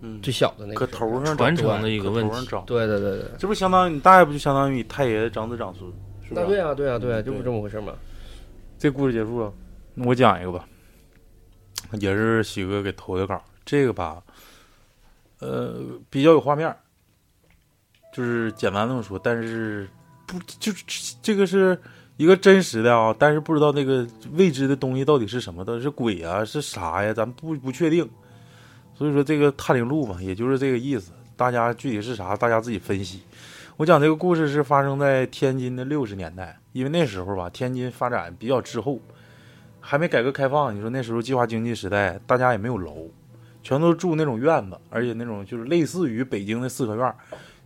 S3: 嗯，
S8: 最小的那
S3: 可
S8: 个身上。
S3: 头上长
S5: 传承的一个
S3: 可
S5: 问
S3: 头上
S5: 题，
S3: 长，
S8: 对对对对，
S3: 这不相当于你大爷不就相当于你太爷的长子长孙，是
S8: 那
S3: 吧？
S8: 对啊对啊对啊，就不
S3: 对
S8: 这么回事嘛。
S3: 这故事结束了，那我讲一个吧，也是喜哥给投的稿。这个吧，呃，比较有画面儿，就是简单这么说，但是不就是这个是一个真实的啊，但是不知道那个未知的东西到底是什么，到底是鬼啊，是啥呀，咱不不确定。所以说这个探灵录嘛，也就是这个意思。大家具体是啥，大家自己分析。我讲这个故事是发生在天津的六十年代，因为那时候吧，天津发展比较滞后，还没改革开放。你说那时候计划经济时代，大家也没有楼，全都住那种院子，而且那种就是类似于北京的四合院儿。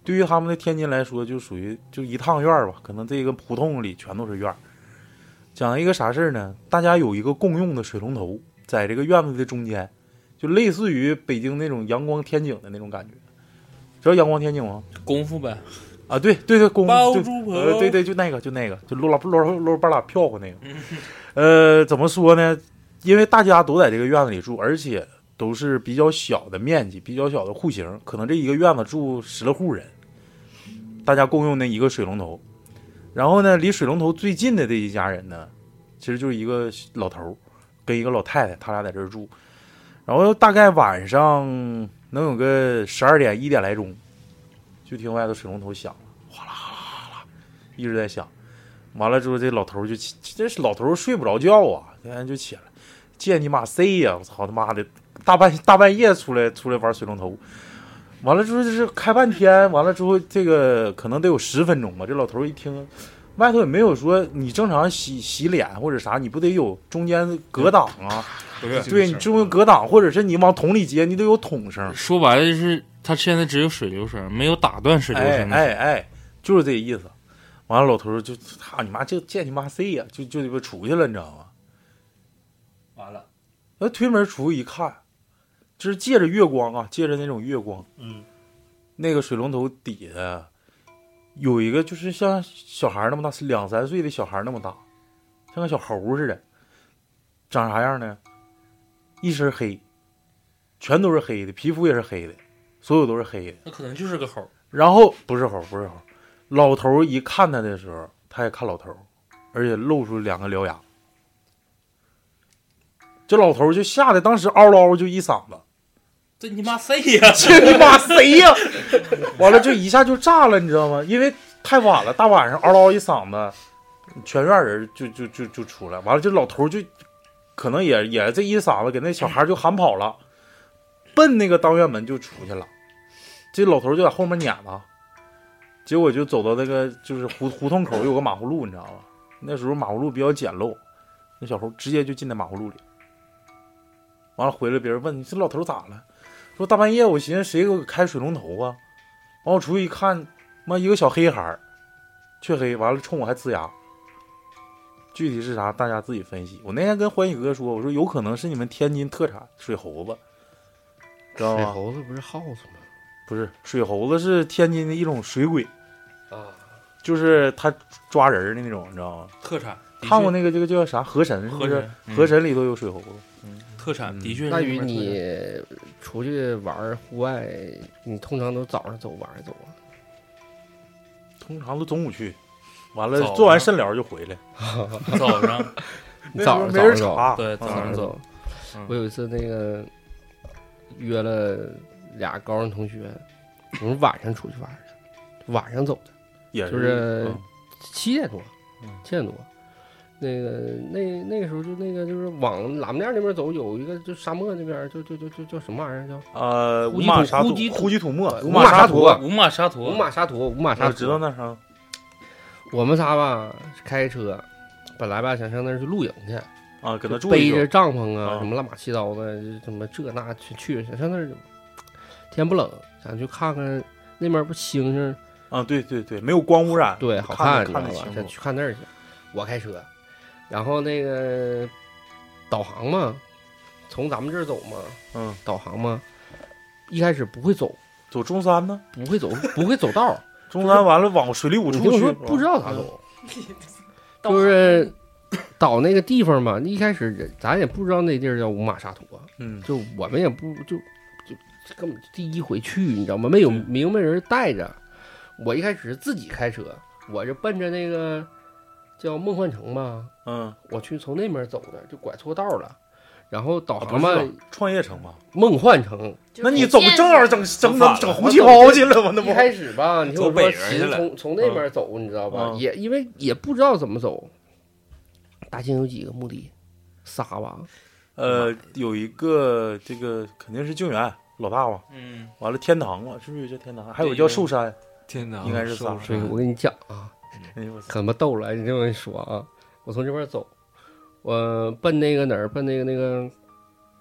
S3: 对于他们的天津来说，就属于就一趟院儿吧，可能这个胡同里全都是院儿。讲一个啥事儿呢？大家有一个共用的水龙头，在这个院子的中间，就类似于北京那种阳光天井的那种感觉。知道阳光天井吗？
S13: 嗯
S5: 功夫呗，
S3: 啊，对对对，公
S5: 包
S3: 对
S5: 租婆
S3: 呃，对对，就那个，就那个，就啰啦啰啦啰啦吧啦飘过那个。
S5: 嗯
S3: 呃，怎么说呢？因为大家都在这个院子里住，而且都是比较小的面积、比较小的户型，可能这一个院子住十来户人，大家共用那一个水龙头。然后呢，离水龙头最近的这一家人呢，其实就是一个老头儿跟一个老太太，他俩在这儿住。然后大概晚上能有个十二点一点来钟，就听外头水龙头响了，哗啦哗啦哗啦，一直在响。完了之后，这老头儿就起，这是老头儿睡不着觉啊，天天就起来，见你妈 C 呀、我操他妈的，大半大半夜出来出来玩水龙头。完了之后就是开半天，完了之后这个可能得有十分钟吧。这老头儿一听，外头也没有说你正常洗洗脸或者啥，你不得有中间隔挡啊？
S4: 对
S3: 对你中间隔挡，或者是你往桶里接，你得有桶声。
S5: 说白了就是他现在只有水流声，没有打断水流
S3: 哎
S5: 声的
S3: 哎哎，就是这意思。完了，老头儿就操你妈，就见你妈 C 呀、就就鸡巴出去了，你知道吗？
S5: 完了，
S3: 那推门出去一看，就是借着月光啊，借着那种月光，
S5: 嗯，
S3: 那个水龙头底下有一个，就是像小孩那么大，两三岁的小孩那么大，像个小猴似的，长啥样呢？一身黑，全都是黑的，皮肤也是黑的，所有都是黑的。
S5: 那可能就是个猴儿，
S3: 然后不是猴，不是猴，老头儿一看他的时候，他也看老头儿，而且露出两个獠牙。这老头儿就吓得当时嗷嗷就一 嗓子，
S5: 这你妈谁呀？
S3: 这你妈谁呀、完了就一下就炸了，你知道吗？因为太晚了，大晚上嗷嗷一嗓子，全院人就就就就出来。完了，这老头儿就可能也也这一嗓子给那小孩儿就喊跑了，奔那个当院门就出去了。这老头儿就在后面撵他，结果就走到那个就是胡胡同口有个马葫芦，你知道吗？那时候马葫芦比较简陋，那小猴直接就进那马葫芦里。完了回来，别人问你这老头儿咋了？说大半夜我寻思谁给我开水龙头啊？完我出去一看，妈一个小黑孩儿，黢黑，完了冲我还呲牙。具体是啥，大家自己分析。我那天跟欢喜哥说，我说有可能是你们天津特产水猴子，知道
S8: 水
S3: 吗？
S8: 哦猴子不是耗子吗？
S3: 不是水猴子是天津的一种水鬼，
S8: 啊，
S3: 就是他抓人儿的那种，你知道吗？
S5: 特产
S3: 看过
S5: 那
S3: 那个这个叫啥河神，是不
S5: 河
S3: 是？
S5: 神，
S13: 嗯
S3: 河神里头有水猴子，
S5: 特产的确是
S8: 那
S5: 那
S8: 与
S5: 边特产。
S8: 你出去玩儿户外，你通常都早上走晚上走啊？
S3: 通常都中午去，完了
S5: 早
S3: 做完
S5: 上
S3: 肾疗就回来，嗯
S5: 早 上，
S8: 你早上
S3: 那时候
S8: 早
S3: 没
S8: 上
S3: 人
S8: 走，
S3: 查，
S5: 对
S8: 早上
S3: 嗯
S8: 走
S5: 嗯。
S8: 我有一次那个约了俩高中同学，我们晚上出去玩儿的，晚上走的，
S3: 也是
S8: 就是
S3: 嗯
S8: 七点多
S3: 嗯，
S8: 七点多。那个那那个时候就那个就是往喇嘛店那边走，有一个就沙漠那边就就就就叫什么玩意儿叫
S3: 呃，
S8: 胡
S3: 五
S8: 姬
S3: 马
S8: 土
S3: 沙
S8: 胡
S3: 土
S8: 姬
S3: 胡姬土默，
S8: 呃
S3: 五
S8: 五
S3: 马
S8: 马沙
S3: 土
S8: 土
S3: 啊，
S5: 五马沙陀，
S8: 五马沙陀，五马沙
S3: 我
S8: 陀。
S3: 知道那啥，
S8: 我们仨吧，开车，本来吧想上那儿去露营去，
S3: 啊，搁那住
S8: 背
S3: 一
S8: 着
S3: 住，
S8: 帐篷啊，
S3: 啊
S8: 什么乱七八糟的，就什么这那去去，想上那儿天不冷，想去看看那边不星星，
S3: 啊，对对对，没有光污染，
S8: 对，好
S3: 看着
S8: 你知道
S3: 看着
S8: 吧
S3: 清？
S8: 想
S3: 楚
S8: 去看那儿去。我开车，然后那个导航嘛，从咱们这儿走嘛，
S3: 嗯，
S8: 导航嘛，一开始不会走，
S3: 走中山呢，
S8: 不会走，不会 走道儿，
S3: 中山完了往水利五
S8: 我
S3: 处
S8: 听
S3: 去嗯
S8: 说，不知道咋走，
S3: 啊
S6: 懂
S8: 就是到那个地方嘛， 一开始人咱也不知道那地儿叫五马沙陀，
S3: 嗯，
S8: 就我们也不就就就根本第一回去，你知道吗？没有
S3: 嗯
S8: 明白人带着，我一开始是自己开车，我就奔着那个叫梦幻城吧，
S3: 嗯，
S8: 我去从那边走的，就拐错道了。然后导
S3: 啊
S8: 航
S3: 不
S8: 嘛，
S3: 是创业城吧？
S8: 梦幻城
S3: 那你走正好整整整整红旗
S8: 走
S3: 袍去了吗？啊那不
S8: 一开始吧，你听我
S5: 走北
S8: 说，
S5: 边去
S8: 寻
S5: 了
S8: 从从那边走，你知道吧？
S3: 嗯
S8: 也因为也不知道怎么走。大庆有几个墓地？仨吧。
S3: 呃，有一个这个肯定是静园老大吧，
S5: 嗯，
S3: 完了天堂吧，是不是有叫天堂？还有
S5: 对
S3: 叫
S5: 有
S3: 寿山，
S4: 天哪，
S3: 应该是仨
S4: 受
S8: 所以
S4: 伤
S8: 我跟你讲啊，
S3: 哎呦我操
S8: 可他妈逗了！你这么一说啊，我从这边走，我奔那个哪儿？奔那个那个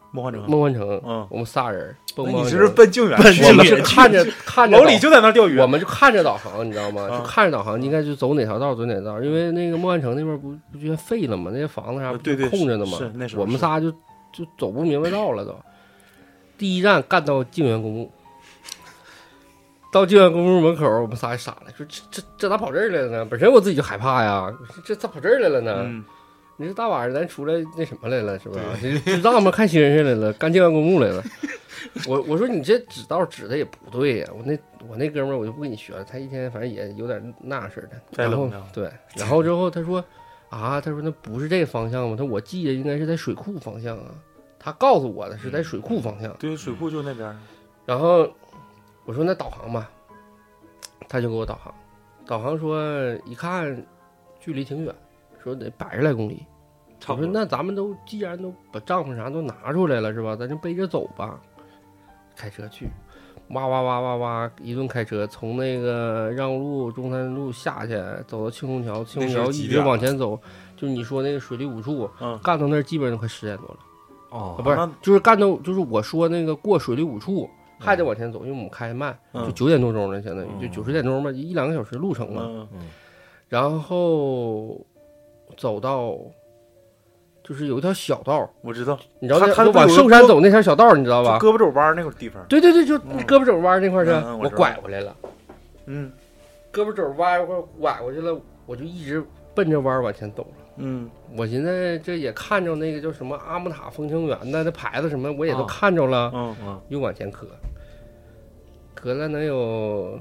S3: 梦幻城，
S8: 梦幻城。
S3: 嗯，
S8: 我们仨人奔
S3: 那
S8: 梦幻城。
S3: 你是不是奔静园去
S8: 我们
S3: 了？
S8: 就 看着看着
S3: 老
S8: 导
S3: 李就在那儿钓鱼
S8: 我，们就看着导航，你知道吗？
S3: 啊
S8: 就看着导航，应该就走哪条道走哪条道，因为那个孟汉城那边不不就废了吗？那些房子啥
S3: 呃
S8: 不
S3: 对对
S8: 空着呢吗？
S3: 是是那时候
S8: 我们
S3: 是
S8: 仨就就走不明白道了都。第一站干到静园公墓， 到静园公墓门口，我们仨就傻了，说这这这咋跑这儿来了呢？本身我自己就害怕呀，这这咋跑这儿来了呢？
S3: 嗯，
S8: 你这大晚上咱出来那什么来了是吧？ 这让我们看星星来了，干净完公墓来了。我我说你这指道指的也不对呀、我那我那哥们儿我就不跟你学了，他一天反正也有点那似的。
S3: 太
S8: 然后
S3: 冷了
S8: 对，然后之后他说啊，他说那不是这方向吗？他说我记得应该是在水库方向啊。他告诉我的
S3: 嗯
S8: 是在水库方向。
S3: 对，水库就那边儿，
S8: 然后我说那导航吧，他就给我导航，导航说一看距离挺远，说得百十来公里。
S5: 差
S8: 我
S5: 不
S8: 说
S5: 多。
S8: 那咱们都既然都把帐篷啥都拿出来了是吧？咱就背着走吧，开车去，哇哇哇哇哇一顿开车，从那个让路中山路下去，走到庆功桥，庆功
S3: 那时候
S8: 桥
S3: 几
S8: 一直
S3: 点啊
S8: 往前走，就是你说那个水利五处，
S3: 嗯
S8: 干到那儿基本上都快十点多了。啊，
S4: 哦，
S8: 不是
S3: 那，
S8: 就是干到，就是我说那个过水利五处，还得往前走，因为我们开慢，就
S3: 嗯
S8: 九点多钟了，相当于就
S4: 嗯
S8: 九十点钟吧，一两个小时路程嘛。
S3: 嗯，
S8: 然后走到就是有一条小道儿，
S3: 我知道，
S8: 你知道
S3: 他
S8: 那
S3: 他
S8: 就往
S3: 有个
S8: 寿山
S3: 胳
S8: 走那条小道儿，你知道
S3: 就
S8: 吧？
S3: 胳膊肘弯儿那个地方，
S8: 对对对，就
S3: 嗯
S8: 胳膊肘弯那块儿去，
S3: 嗯嗯我知道
S8: 拐回来了，
S3: 嗯
S8: 胳膊肘弯一块儿拐过去了，我就一直奔着弯儿往前走了。
S3: 嗯
S8: 我寻思这也看着那个叫什么阿姆塔风情园的那牌子什么，我也都
S5: 啊
S8: 看着了，
S3: 嗯
S5: 啊，
S8: 又往前磕，磕了能有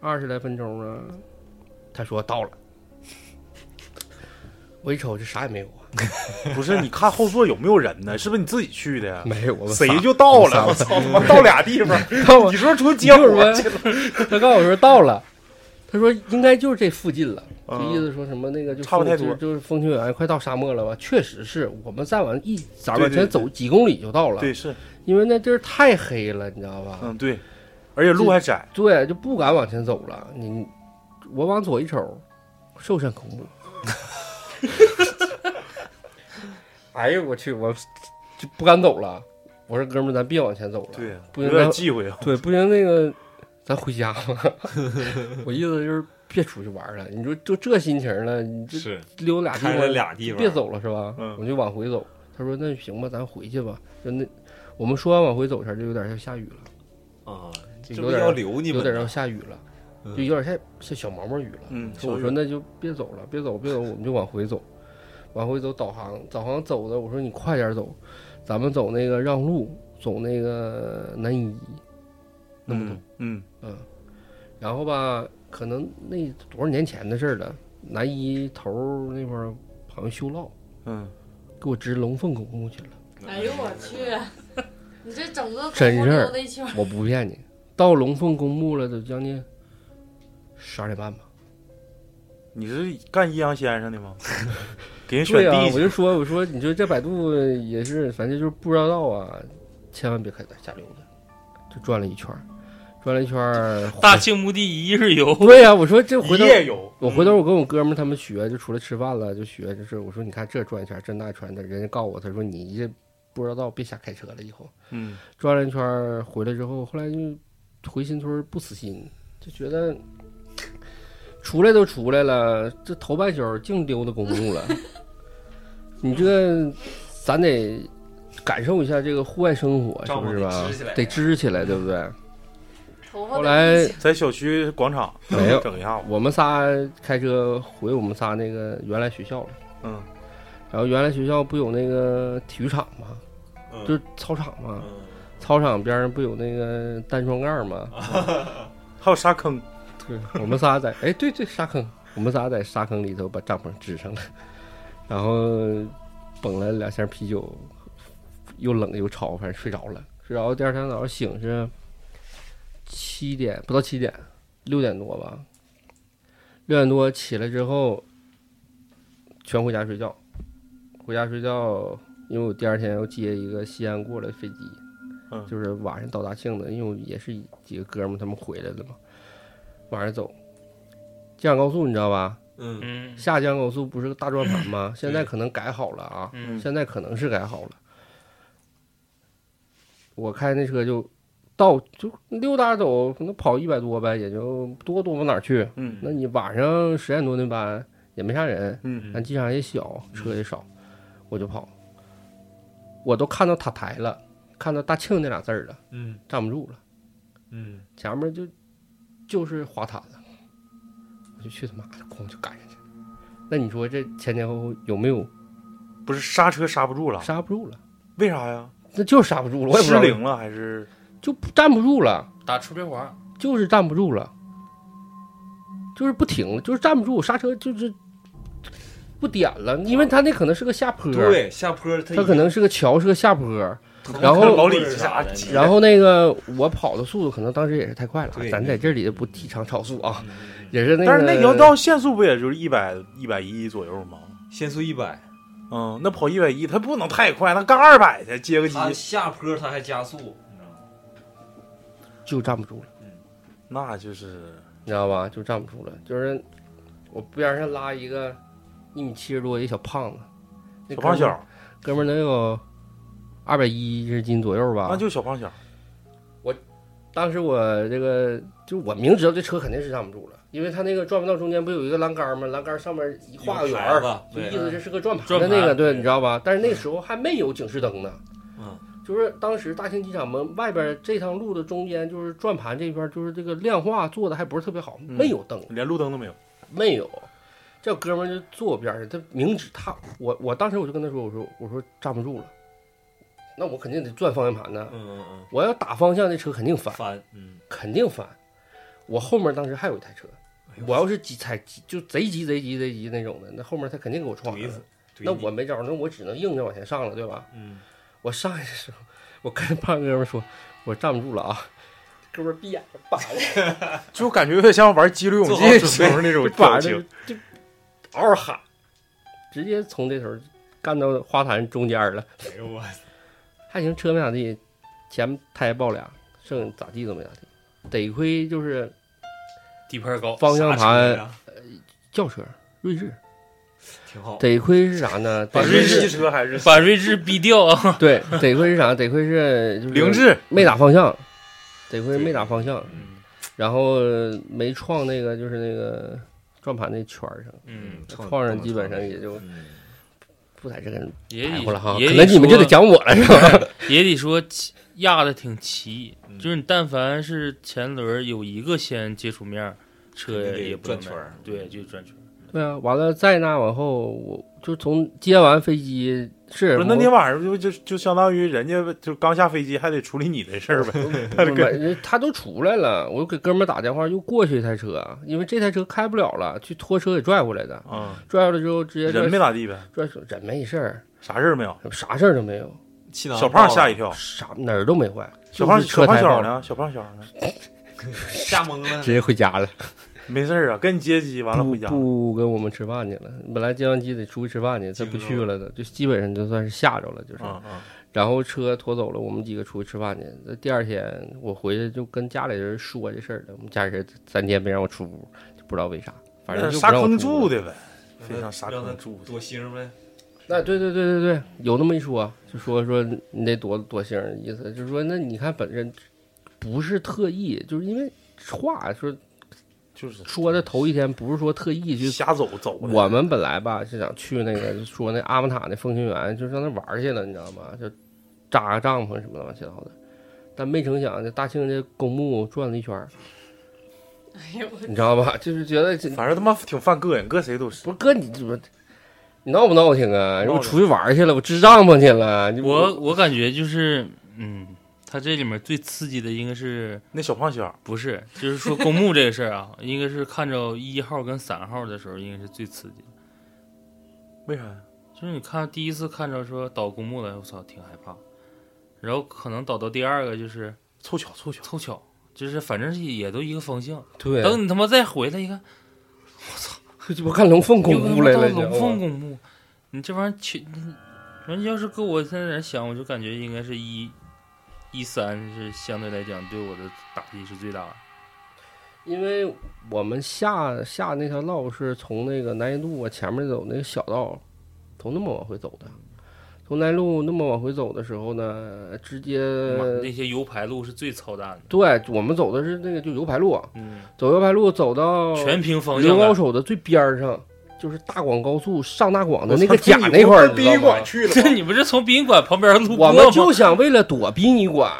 S8: 二十来分钟啊了。他说到了， 我一瞅这啥也没有啊，
S3: 不是，你看后座有没有人呢？是不是你自己去的呀？
S8: 没有， 我们
S3: 谁
S8: 仨
S3: 就到
S8: 我
S3: 了？
S8: 仨
S3: 我操，他妈到俩地方，
S8: 看我
S3: 你是不是出接
S8: 你
S3: 活
S8: 就是
S3: 去了？
S8: 他告诉我说到了，他说应该就是这附近了，就
S3: 嗯
S8: 意思说什么那个就
S3: 差不太多
S8: 就就是风情园快到沙漠了吧？确实是我们再往一咱
S3: 对
S8: 往
S3: 对对
S8: 前走几公里就到了，
S3: 对，是，
S8: 因为那地儿太黑了，你知道吧？
S3: 嗯，对，而且路还窄，啊
S8: 对，就不敢往前走了。你我往左一瞅，寿山公墓。 哎呦我去，我就不敢走了。我说哥们儿，咱别往前走了。
S3: 对，
S8: 不
S3: 有
S8: 行
S3: 点
S8: 咱
S3: 忌讳啊。
S8: 对，不行，那个咱回家吧。 我意思就是别出去玩了。你说就这心情了，你这
S13: 是
S8: 溜俩地
S13: 开了
S8: 方，
S13: 俩地方，
S8: 别走了是吧？
S3: 嗯
S8: 我就往回走。他说那行吧，咱回去吧。就那我们说完往回走前，就有点像下雨了，
S13: 啊，
S8: 就
S13: 这
S8: 有
S13: 不
S8: 点
S13: 要留你
S8: 有
S13: 们
S8: 点要
S13: 呢，
S8: 下雨了，
S13: 嗯
S8: 就有点像像小毛毛雨了。
S3: 嗯，
S8: 我说那就别走了，别走，别走，我们就往回走，往回走。导航导航走的，我说你快点走，咱们走那个让路，走那个南一，那么走。
S3: 嗯嗯
S8: 然后吧，可能那多少年前的事儿了，南一头儿那块儿好像修涝，
S3: 嗯，
S8: 给我支龙凤公墓去了。
S6: 哎呦我去，你这整个
S8: 真
S6: 东
S8: 事儿
S6: 溜达一圈儿，
S8: 我不骗你，到龙凤公墓了，都将近十二点半吧。
S3: 你是干阴阳先生的吗？给 人选
S8: 对啊
S3: 地，
S8: 我
S3: 去
S8: 就说，我说你说这百度也是，反正就是不知道啊，千万别开瞎溜达，就转了一圈儿，转了一圈儿。
S5: 大庆墓地一日游，
S8: 对呀、啊我说这回
S3: 一
S8: 头
S3: 夜游，
S8: 我回头我跟我哥们儿他们学，就除了吃饭了就学，就是我说你看这转一圈儿，这那转的，人家告诉我，他说你这不知道别瞎开车了，以后
S3: 嗯
S8: 转了一圈儿回来之后，后来就回新村儿不死心，就觉得出来都出来了，这头半宿儿净溜达公墓了，你这咱得感受一下这个户外生活，是
S13: 丈夫
S8: 不是
S13: 得
S8: 吧
S13: 支起来？
S8: 得支起来，对不对？
S6: 头发
S8: 后
S6: 都
S8: 来
S3: 在小区广场
S8: 没有
S3: 整一下午，
S8: 我们仨开车回我们仨那个原来学校了，
S3: 嗯
S8: 然后原来学校不有那个体育场吗？
S13: 嗯
S8: 就是操场嘛，
S13: 嗯
S8: 操场边上不有那个单双杠吗？
S3: 还有沙坑，
S8: 对，我们仨在哎，对对，沙坑，我们仨在沙坑里头把帐篷支上了，然后捧了两箱啤酒，又冷又潮，反正睡着了。睡着，第二天早上醒是七点不到七点，六点多吧。六点多起来之后，全回家睡觉。回家睡觉，因为我第二天要接一个西安过来的飞机，
S3: 嗯
S8: 就是晚上到大庆的，因为我也是几个哥们儿他们回来的嘛。晚上走，京港高速你知道吧？
S13: 嗯，
S5: 嗯
S8: 下江高速不是个大转盘吗？现在可能改好了啊，
S5: 嗯
S8: 现在可能是改好了。我开那车就到就溜达走，可能跑一百多呗，也就多多往哪儿去。
S3: 嗯
S8: 那你晚上十点多那班也没啥人，
S3: 嗯
S8: 咱机场也小，车也少，我就跑。我都看到塔台了，看到大庆那俩字儿了，
S13: 嗯
S8: 站不住了。
S13: 嗯，
S8: 前面就就是滑毯子，我就去他妈的，咣就赶上去了。那你说这前前后后有没有
S3: 不是刹车刹不住了，
S8: 刹不住了？
S3: 为啥呀？
S8: 那就是刹不住了，我也不知
S3: 失
S8: 道，
S3: 灵了还是
S8: 就站不住了，
S5: 打出边滑，
S8: 就是站不住了，就是不停了，就是站不住，刹车就是不点了，因为他那可能是个下坡，
S13: 对，下坡它
S8: 他可能是个桥，是个下坡，然
S13: 可能
S8: 后
S13: 老
S3: 老
S13: 李
S3: 李
S13: 啥的，
S8: 然后那个我跑的速度可能当时也是太快了
S13: 对，
S8: 咱在这里不提倡超速啊，
S13: 嗯
S8: 也是那个，
S3: 但是那你要到限速不也就是一百一百一左右吗？
S13: 限速一百，
S3: 嗯，那跑一百一，他不能太快，他干二百去接个机，
S13: 它
S8: 啊
S13: 下坡它还加速，你知道吗？
S8: 就站不住了。
S3: 那就是
S8: 你知道吧？就站不住了。就是我边上拉一个一米七十多一小胖子，那
S3: 小胖
S8: 哥们儿
S3: 小，
S8: 哥啊们儿能有二百一十斤左右吧？
S3: 那就小胖小。
S8: 当时我这个就我明知道这车肯定是站不住了，因为它那个转弯道中间不有一个栏杆吗？栏杆上面一画个圆儿
S13: 有牌，子对
S8: 就意思这是个转
S5: 转
S8: 的那个，
S5: 盘
S8: 对，你知道吧？但是那时候还没有警示灯呢。
S13: 嗯，
S8: 就是当时大兴机场门外边这趟路的中间，就是转盘这边，就是这个亮化做的还不是特别好，
S13: 嗯
S8: 没有灯。
S3: 连路灯都没有。
S8: 没有。这哥们儿就坐我边上，他明知他我我当时我就跟他说，我说我说站不住了，那我肯定得转方向盘呢
S13: 嗯，嗯
S8: 我要打方向，这车肯定
S13: 嗯，
S8: 翻，
S13: 翻，嗯，
S8: 肯定翻。我后面当时还有一台车，我要是急踩急就贼急贼急贼急那种的，那后面他肯定给我撞
S13: 怼
S8: 上
S13: 死
S8: 了。，那我没招儿，那我只能硬着往前上了，对吧？
S13: 嗯，
S8: 我上去的时候，我跟胖哥们儿说，我站不住了啊，哥们儿闭眼睛扒着。
S3: 就感觉有点像玩激流勇
S8: 做好
S3: 进
S8: 准
S3: 时候那种
S8: 把
S3: 表
S8: 这
S3: 情。
S8: 就嗷嗷喊，直接从这头干到花坛中间了。
S13: 哎呦我，
S8: 还行，车没咋地，前胎爆俩，剩咋地都没咋地。得亏就是
S5: 底盘高，
S8: 方向
S13: 啥车
S8: 盘
S13: 呀
S8: 轿车，锐志。
S13: 挺好，
S8: 得亏是啥呢？得
S3: 把
S8: 亏
S3: 瑞士
S8: 是
S3: 车还是
S5: 把睿智逼掉啊！
S8: 对，得亏是啥？得亏是就是
S3: 凌志，
S8: 没打方向，得亏没打方向
S5: 嗯，
S8: 然后没撞那个就是那个转盘那圈儿上，
S5: 嗯，
S8: 撞上基本上也就
S3: 嗯
S8: 不在这个
S5: 也得
S8: 白活哎了哈，
S5: 也
S8: 可
S5: 得
S8: 能你们就得
S5: 说
S8: 讲我了是吧？
S5: 也得说齐压的挺齐，
S13: 嗯
S5: 就是你但凡是前轮儿有一个先接触面儿，车
S13: 肯定得
S5: 也不能
S13: 转圈儿嗯
S5: 慢对，就转圈儿。
S8: 对啊，完了再那往后，我就从接完飞机是
S3: 不是那天晚上就就就相当于人家就刚下飞机还得处理你的事儿呗， 他
S8: 我
S3: 就跟
S8: 买他都出来了，我给哥们儿打电话又过去一台车，啊因为这台车开不了了，去拖车给拽回来的，
S3: 啊
S8: 拽回来之后直接拽
S3: 人没咋地呗，
S8: 拽手人没事儿，
S3: 啥事儿没有。
S8: 啥事儿都没有，
S13: 气囊
S3: 小胖吓一
S13: 爆
S3: 跳，
S8: 啥哪儿都没坏，
S3: 小胖
S8: 就是车
S3: 小胖
S8: 胎
S3: 小
S8: 爆
S3: 孩
S8: 了，
S3: 呢？小胖小孩呢？
S13: 了，吓懵了，
S8: 直接回家了，
S3: 没事儿啊，跟你接机完了
S8: 不
S3: 回家。
S8: 不跟我们吃饭去了，本来接完机得出去吃饭去，他不去了的，就基本上就算是吓着了，就是。
S3: 啊啊！
S8: 然后车拖走了，我们几个出去吃饭去。那第二天我回去就跟家里人说这事儿了，我们家里人三天没让我出屋，就不知道为啥，反正就不
S3: 沙
S8: 让我
S3: 嗯坑
S8: 出嗯
S3: 住
S8: 屋了。
S3: 的呗，非常
S13: 让
S3: 沙
S13: 他
S3: 坑住的。
S13: 躲星呗，
S8: 那对对对对对，有那么一说，就说说你得躲躲星儿，意思就是说，那你看本身不是特意，就是因为话说
S3: 就是
S8: 说的头一天不是说特意去
S3: 瞎走走的。
S8: 我们本来吧是想去那个，就说那阿姆塔那风情园，就上那玩儿去了，你知道吗？就扎个帐篷什么的乱七八糟的。但没成想，这大庆这公墓转了一圈儿，你知道吧？就是觉得这
S3: 反正他妈挺犯膈应，搁谁都是。
S8: 不是哥，你这不你闹不闹挺啊？
S3: 闹
S8: 我
S3: 挺
S8: 出去玩儿去了，我支帐篷去了，你
S5: 我我感觉就是，嗯，它这里面最刺激的应该是
S3: 那小胖小孩，
S5: 不是，就是说公墓这个事儿啊，应该是看着一号跟三号的时候，应该是最刺激的。
S3: 为啥呀？
S5: 就是你看第一次看着说倒公墓了，我操，挺害怕。然后可能倒到第二个就是
S3: 凑巧凑巧，
S5: 凑巧，就是反正是也都一个方向。
S8: 对，
S5: 等你他妈再回来一看，
S8: 我看龙 凤公
S5: 又
S8: 墓来了，你知道
S5: 龙凤
S8: 吗？
S5: 公墓，你这玩意儿去，人要是搁我现在在想，我就感觉应该是一，一三是相对来讲对我的打击是最大的。
S8: 因为我们下下那条道是从那个南一路往啊前面走那个小道，从那么往回走的。从南路那么往回走的时候呢，直接
S5: 妈
S8: 呃
S5: 那些油排路是最操蛋的，
S8: 对我们走的是那个就油排路，
S5: 嗯，
S8: 走油排路走到
S5: 全凭方向
S8: 刘高
S5: 感。
S8: 手的最边儿上，就是大广高速上大广的
S3: 我
S8: 那
S3: 操
S8: 个甲
S3: 你
S8: 那块儿，
S3: 不是
S8: 你
S3: 殡
S8: 知道
S3: 仪
S8: 吗
S3: 馆去了吗，
S5: 这你不是从殡仪馆旁边路
S8: 我
S5: 过吗
S8: 们？就想为了躲殡仪馆，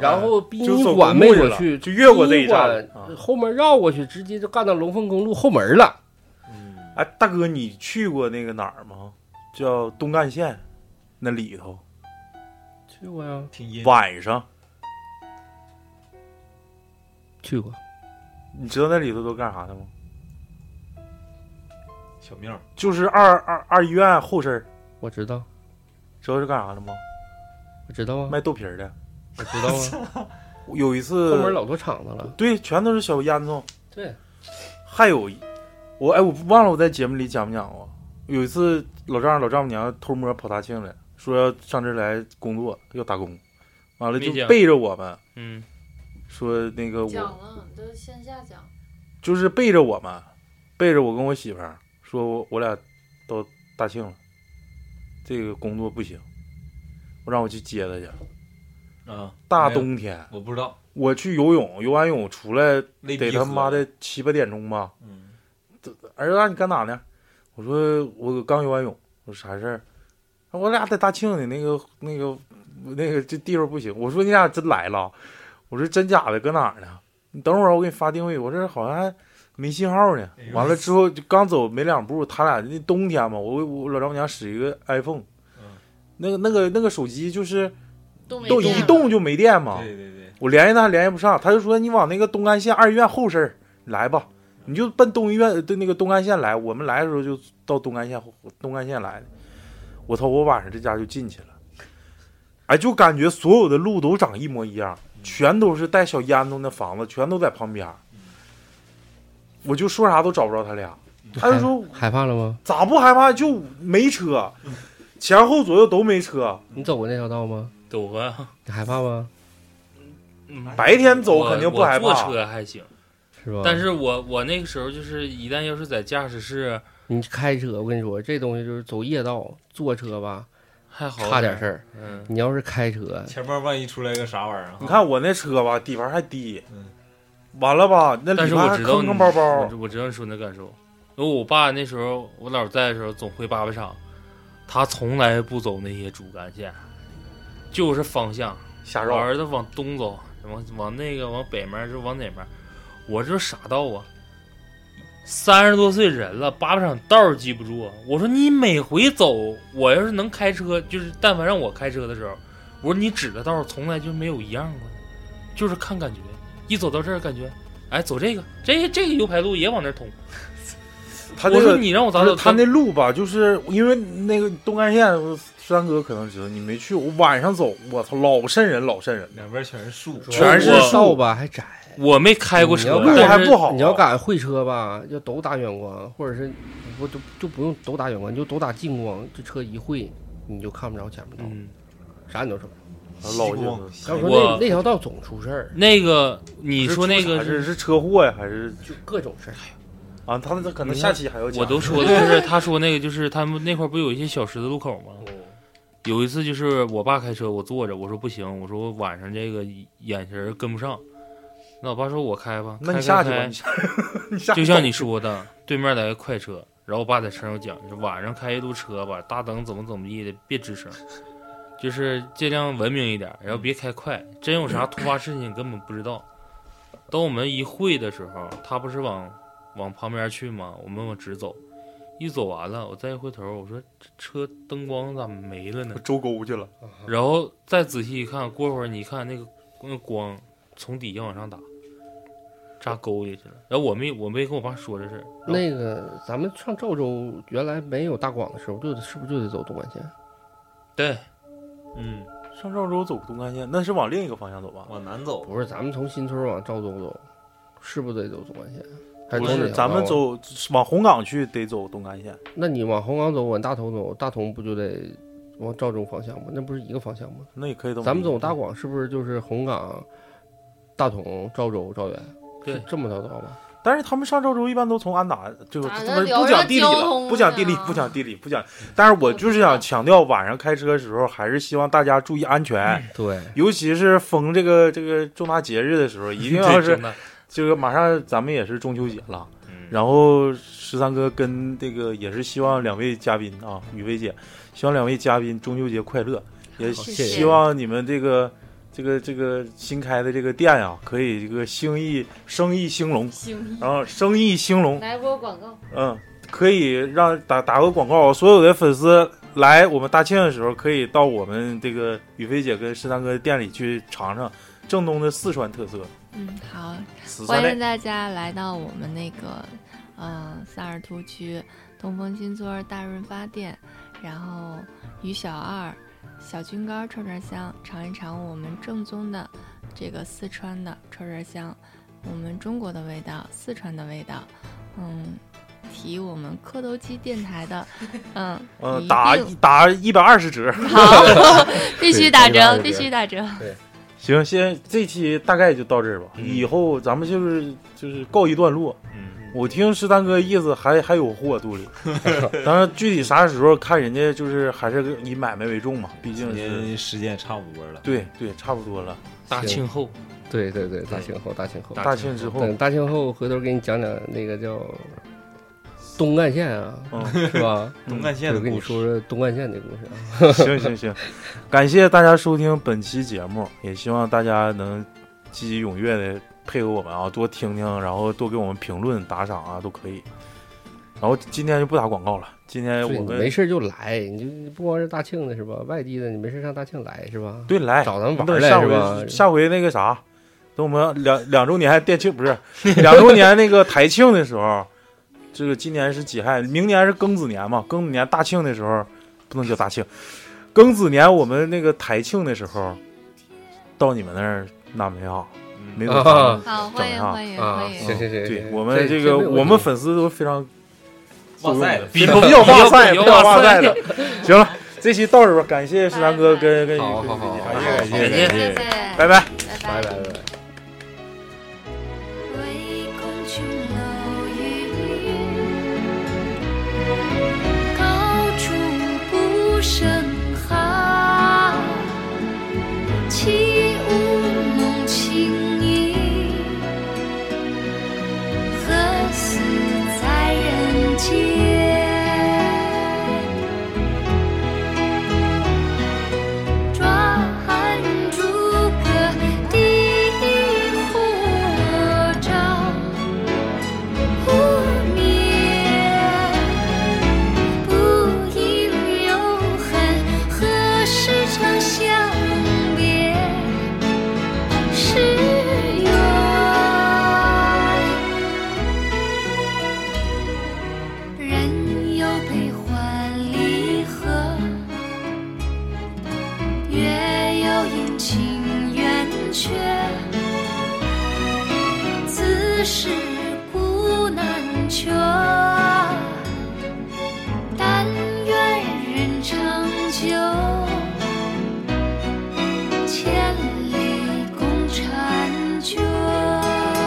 S8: 然后殡
S3: 啊就
S8: 仪
S3: 走
S8: 馆
S3: 公
S8: 没
S3: 墓
S8: 躲
S3: 了
S8: 去，
S3: 就越过这
S8: 殡仪
S3: 一站了
S8: 馆
S3: 啊
S8: 后面绕过去，直接就干到龙凤公路后门了。
S3: 哎，大哥，你去过那个哪儿吗？叫东干县，那里头
S8: 去过呀，
S13: 挺阴，
S3: 晚上，
S8: 去过。
S3: 你知道那里头都干啥的吗？
S13: 小庙，
S3: 就是二二二医院后身儿，
S8: 我知道，
S3: 知道是干啥的吗？
S8: 我知道啊，
S3: 卖豆皮儿的。
S8: 我知 道啊，
S3: 有一次
S8: 后面老多厂子了。
S3: 对，全都是小烟囱。
S8: 对，
S3: 还有一我哎，我不忘了我在节目里讲没讲过，有一次老丈人老丈母娘偷摸跑大庆来，说要上这儿来工作要打工，完了
S5: 没
S3: 就
S5: 讲
S3: 背着我们
S5: 嗯，
S3: 说那个
S6: 讲
S3: 我
S6: 了，都是线下讲。
S3: 就是背着我们，背着我跟我媳妇儿说我我俩到大庆了，这个工作不行，我让我去接她去。
S13: 啊，
S3: 大
S13: 没有，
S3: 冬天
S4: 哎
S13: 我不知道，
S3: 我去游泳，游完泳出来
S4: 累
S3: 得
S4: 逼
S3: 他
S4: 死
S3: 妈
S4: 了
S3: 的七八点钟吧。
S4: 嗯
S3: 这儿子啊，你干哪呢？我说我刚游完泳。我说啥事儿？啊我俩在大庆呢，那个那个那个这地方不行。我说你俩真来了？我说真假的，搁哪儿呢？你等会儿我给你发定位。我这好像还没信号呢。完了之后就刚走没两步，他俩那冬天嘛，我我老丈母娘使一个 iPhone，那个那个那个手机就是
S6: 都没
S3: 动
S6: 电
S3: 一
S6: 了
S3: 动就没电嘛。
S4: 对对对，
S3: 我联系他联系不上，他就说你往那个东安县二医院后身儿来吧，你就奔东医院对那个东安县来。我们来的时候就到东安县后东安县来的。我操！我晚上这家就进去了，哎，就感觉所有的路都长一模一样，全都是带小烟囱的房子，全都在旁边儿。我就说啥都找不着他俩，
S5: 嗯
S3: 他就说
S8: 害怕了吗？
S3: 咋不害怕？就没车，前后左右都没车。
S8: 你走过那条道吗？
S5: 走过呀。
S8: 你害怕吗？
S3: 白天走
S5: 我
S3: 肯定不
S5: 我
S3: 害怕
S5: 坐车还行，
S8: 是吧？
S5: 但是我我那个时候就是，一旦要是在驾驶室，
S8: 你开车，我跟你说，这东西就是走夜道，坐车吧，
S5: 还好
S8: 差点事儿。
S5: 嗯，
S8: 你要是开车，
S4: 前面万一出来个啥玩意儿啊，
S3: 你看我那车吧，底盘还低，完了吧，那
S5: 嗯但
S3: 里
S5: 是
S3: 边
S5: 我
S3: 还
S5: 知道
S3: 坑
S5: 你
S3: 坑包包
S5: 我知，我知道你说那感受。因为我爸那时候，我姥在的时候总回粑粑厂，他从来不走那些主干线，就是方向。
S3: 瞎
S5: 我
S3: 绕。
S5: 儿子往东走，往往那个往北面，就往哪面？我这傻道啊！三十多岁人了，粑粑厂道儿记不住啊。我说你每回走，我要是能开车，就是但凡让我开车的时候，我说你指的道儿从来就没有一样过的，就是看感觉。一走到这儿，感觉，哎，走这个，这这个油排路也往那儿通。
S3: 他
S5: 我
S3: 那
S5: 说
S3: 个
S5: 你让我咋
S3: 不是
S5: 走？
S3: 他那路吧，就是因为那个东干线，山哥可能知道，你没去，我晚上走，我操，老瘆人，老瘆人，
S4: 两边嗯全是树，
S3: 全是
S5: 我
S8: 道
S3: 树，
S8: 吧，还窄。
S5: 我没开过车，
S8: 你要
S3: 路还
S5: 但是
S3: 不好啊。
S8: 你要敢会车吧，要都打远光，或者是不就就不用都打远光，你就都打近光，这车一会你就看不着前面道，
S5: 嗯，
S8: 啥你都说。
S3: 老见
S4: 西光
S3: 了
S8: 要
S5: 我
S8: 说
S3: 啊
S8: 那那条道总出事儿，
S5: 那个你
S3: 是
S5: 说那
S3: 出
S5: 个
S3: 啥事是车祸呀，还是
S8: 就各种事儿。
S3: 啊？他那可能
S5: 你
S3: 下
S5: 看
S3: 期还要讲。
S5: 我都说的 就是他说那个就是他们那块儿不有一些小十字路口吗？
S3: 嗯
S5: 有一次就是我爸开车，我坐着，我说不行，我说我晚上这个眼神儿跟不上。那我爸说我开吧，
S3: 那你
S5: 开
S3: 下去吧，
S5: 开
S3: 你下，你下
S5: 开
S3: 去
S5: 就像你说的，对面来个快车，然后我爸在车上讲，就晚上开夜路车吧，大灯怎么怎么地的，别吱声，就是尽量文明一点，然后别开快，真有啥突发事情根本不知道。等我们一会的时候，他不是往往旁边去吗？我们往直走，一走完了，我再一回头，我说这车灯光咋没了呢？
S3: 周沟去了，
S8: 啊嗯
S5: 然后再仔细一看，过会儿你一看那个那光从底下往上打，扎沟里去了。然后我没我没跟我爸说这事儿，然后
S8: 那个咱们上赵州原来没有大广的时候，就得是不是就得走东莞线？
S5: 对
S4: 嗯，
S3: 上赵州走东干线，那是往另一个方向走吧？
S4: 往南走，
S8: 不是，咱们从新村往赵州走，是不是得走东莞线？还
S3: 不
S8: 走哪
S3: 是，
S8: 条
S3: 咱们
S8: 道啊。
S3: 走往红岗去得走东干线，
S8: 那你往红岗走，往大同走，大同不就得往赵州方向吗？那不是一个方向吗？
S3: 那也可以走。
S8: 咱们走大广是不是就是红岗、大同、赵州、赵源？
S5: 对
S8: 是这么条道吧？
S3: 但是他们上赵州一般都从安达，这个
S6: 咋
S3: 这
S6: 的
S3: 不
S6: 聊
S3: 不
S6: 着
S3: 讲地理
S6: 交
S3: 了，
S6: 通啊
S3: 不讲地理
S6: 呢，
S3: 不讲地理，不讲。但是我就是想强调，晚上开车的时候，还是希望大家注意安全，
S8: 对，
S3: 尤其是逢这个这个重大节日的时候，一定要
S5: 对
S3: 是
S5: 真的
S3: 这个马上咱们也是中秋节了，
S5: 嗯
S3: 然后十三哥跟这个也是希望两位嘉宾啊，雨薇姐，希望两位嘉宾中秋节快乐，也
S7: 谢谢
S3: 希望你们这个。这个这个新开的这个店呀、啊可以这个兴意生意兴隆，
S6: 行，
S3: 然后生意兴隆，
S6: 来波广告，
S3: 嗯，可以让打打个广告，所有的粉丝来我们大庆的时候，可以到我们这个雨飞姐跟十三哥店里去尝尝正宗的四川特色
S7: 嗯，好，
S3: 四川
S7: 欢迎
S3: 类。
S7: 大家来到我们那个，呃，萨尔图区东风新村大润发店，然后于小二、小菌干串串香，尝一尝我们正宗的这个四川的串串香，我们中国的味道，四川的味道，嗯，提我们磕头机电台的，嗯，
S3: 嗯，
S7: 一
S3: 打
S7: 定
S3: 打一百二十折。
S7: 好， 必须打折，
S8: 对
S7: 必须打折，
S3: 行，先这期大概就到这儿吧，
S5: 嗯
S3: 以后咱们就是就是告一段落。
S5: 嗯，
S3: 我听十三哥意思还还有货肚 里，当然具体啥时候看人家就是还是以买卖为重嘛，毕竟
S4: 今
S3: 是
S4: 天时间也差不多了，
S3: 对对差不多了。
S5: 大庆后
S8: 对对对，大庆后，大庆后，
S3: 大庆之后
S8: 等大庆后，回头给你讲讲那个叫东干线啊，
S3: 嗯
S8: 是 吧？
S3: 东干线的
S8: 我跟你说说东干线的故
S3: 哎
S8: 事啊。
S3: 行行行，感谢大家收听本期节目，也希望大家能积极踊跃的配合我们啊，多听听，然后多给我们评论、打赏啊，都可以。然后今天就不打广告了，今天
S8: 对
S3: 我
S8: 你
S3: 们
S8: 没事就来，你就你不光是大庆的是吧？外地的你没事上大庆来是吧？
S3: 对来
S8: 找咱们玩
S3: 等
S8: 来
S3: 下
S8: 是吧
S3: 回？下回那个啥，等我们两两周年店庆不是两周年那个台庆的时候，这个今年是己亥，明年是庚子年嘛？庚子年大庆的时候不能叫大庆，庚子年我们那个台庆的时候，到你们那儿纳梅啊，没准
S8: 啊
S3: 咱们
S8: 好欢迎
S3: 整一趟
S8: 欢迎啊欢迎行行行
S3: 对
S8: 行
S3: 我
S8: 这
S3: 们这个
S8: 这没有问题
S3: 我们粉丝都非常
S13: 哇塞的
S3: 比不要哇塞，不要哇塞的
S13: 比要哇塞。
S3: 行了，这期到这吧，感谢石南哥跟跟
S8: 好好好好
S3: 感谢
S8: 感谢
S3: 感谢
S8: 谢谢，
S3: 拜拜
S8: 拜拜拜拜。
S10: 唯共存留余韵，高处不胜寒。起舞弄清影，何似在人间？抓住个地火照不灭，不应有恨，何时长相别？是缘。人有悲欢离合。月有阴晴圆缺，此事古难求。但愿人长久，千里共婵娟。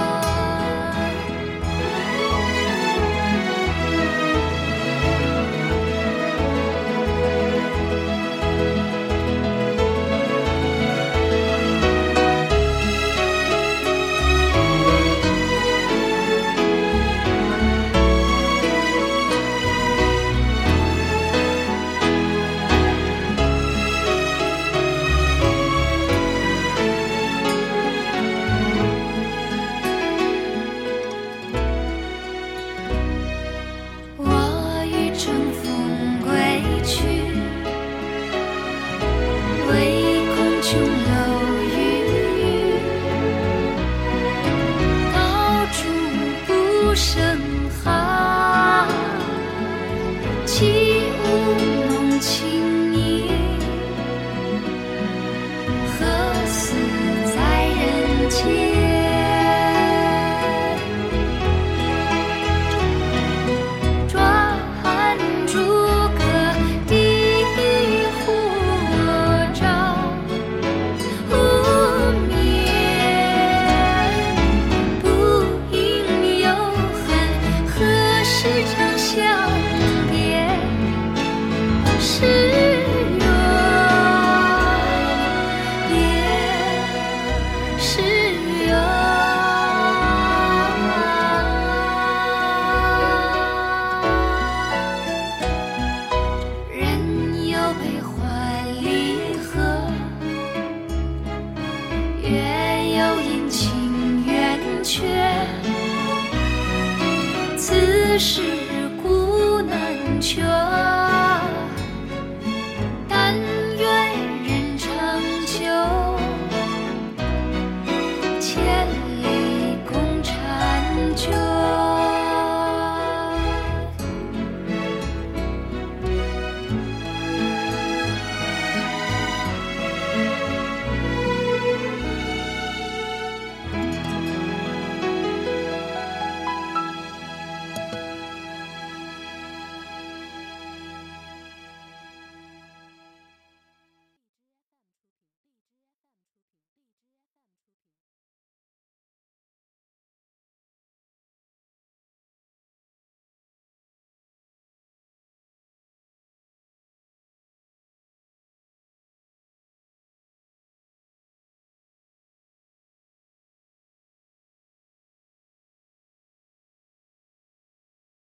S10: 我欲乘风归去，唯恐琼楼玉宇，高处不胜寒。起舞弄清影，何似在人间？抓住个地火照不灭，不应有恨，何时长相别？是缘，别是缘。人有悲欢离合，月有阴晴圆缺，此事古难求。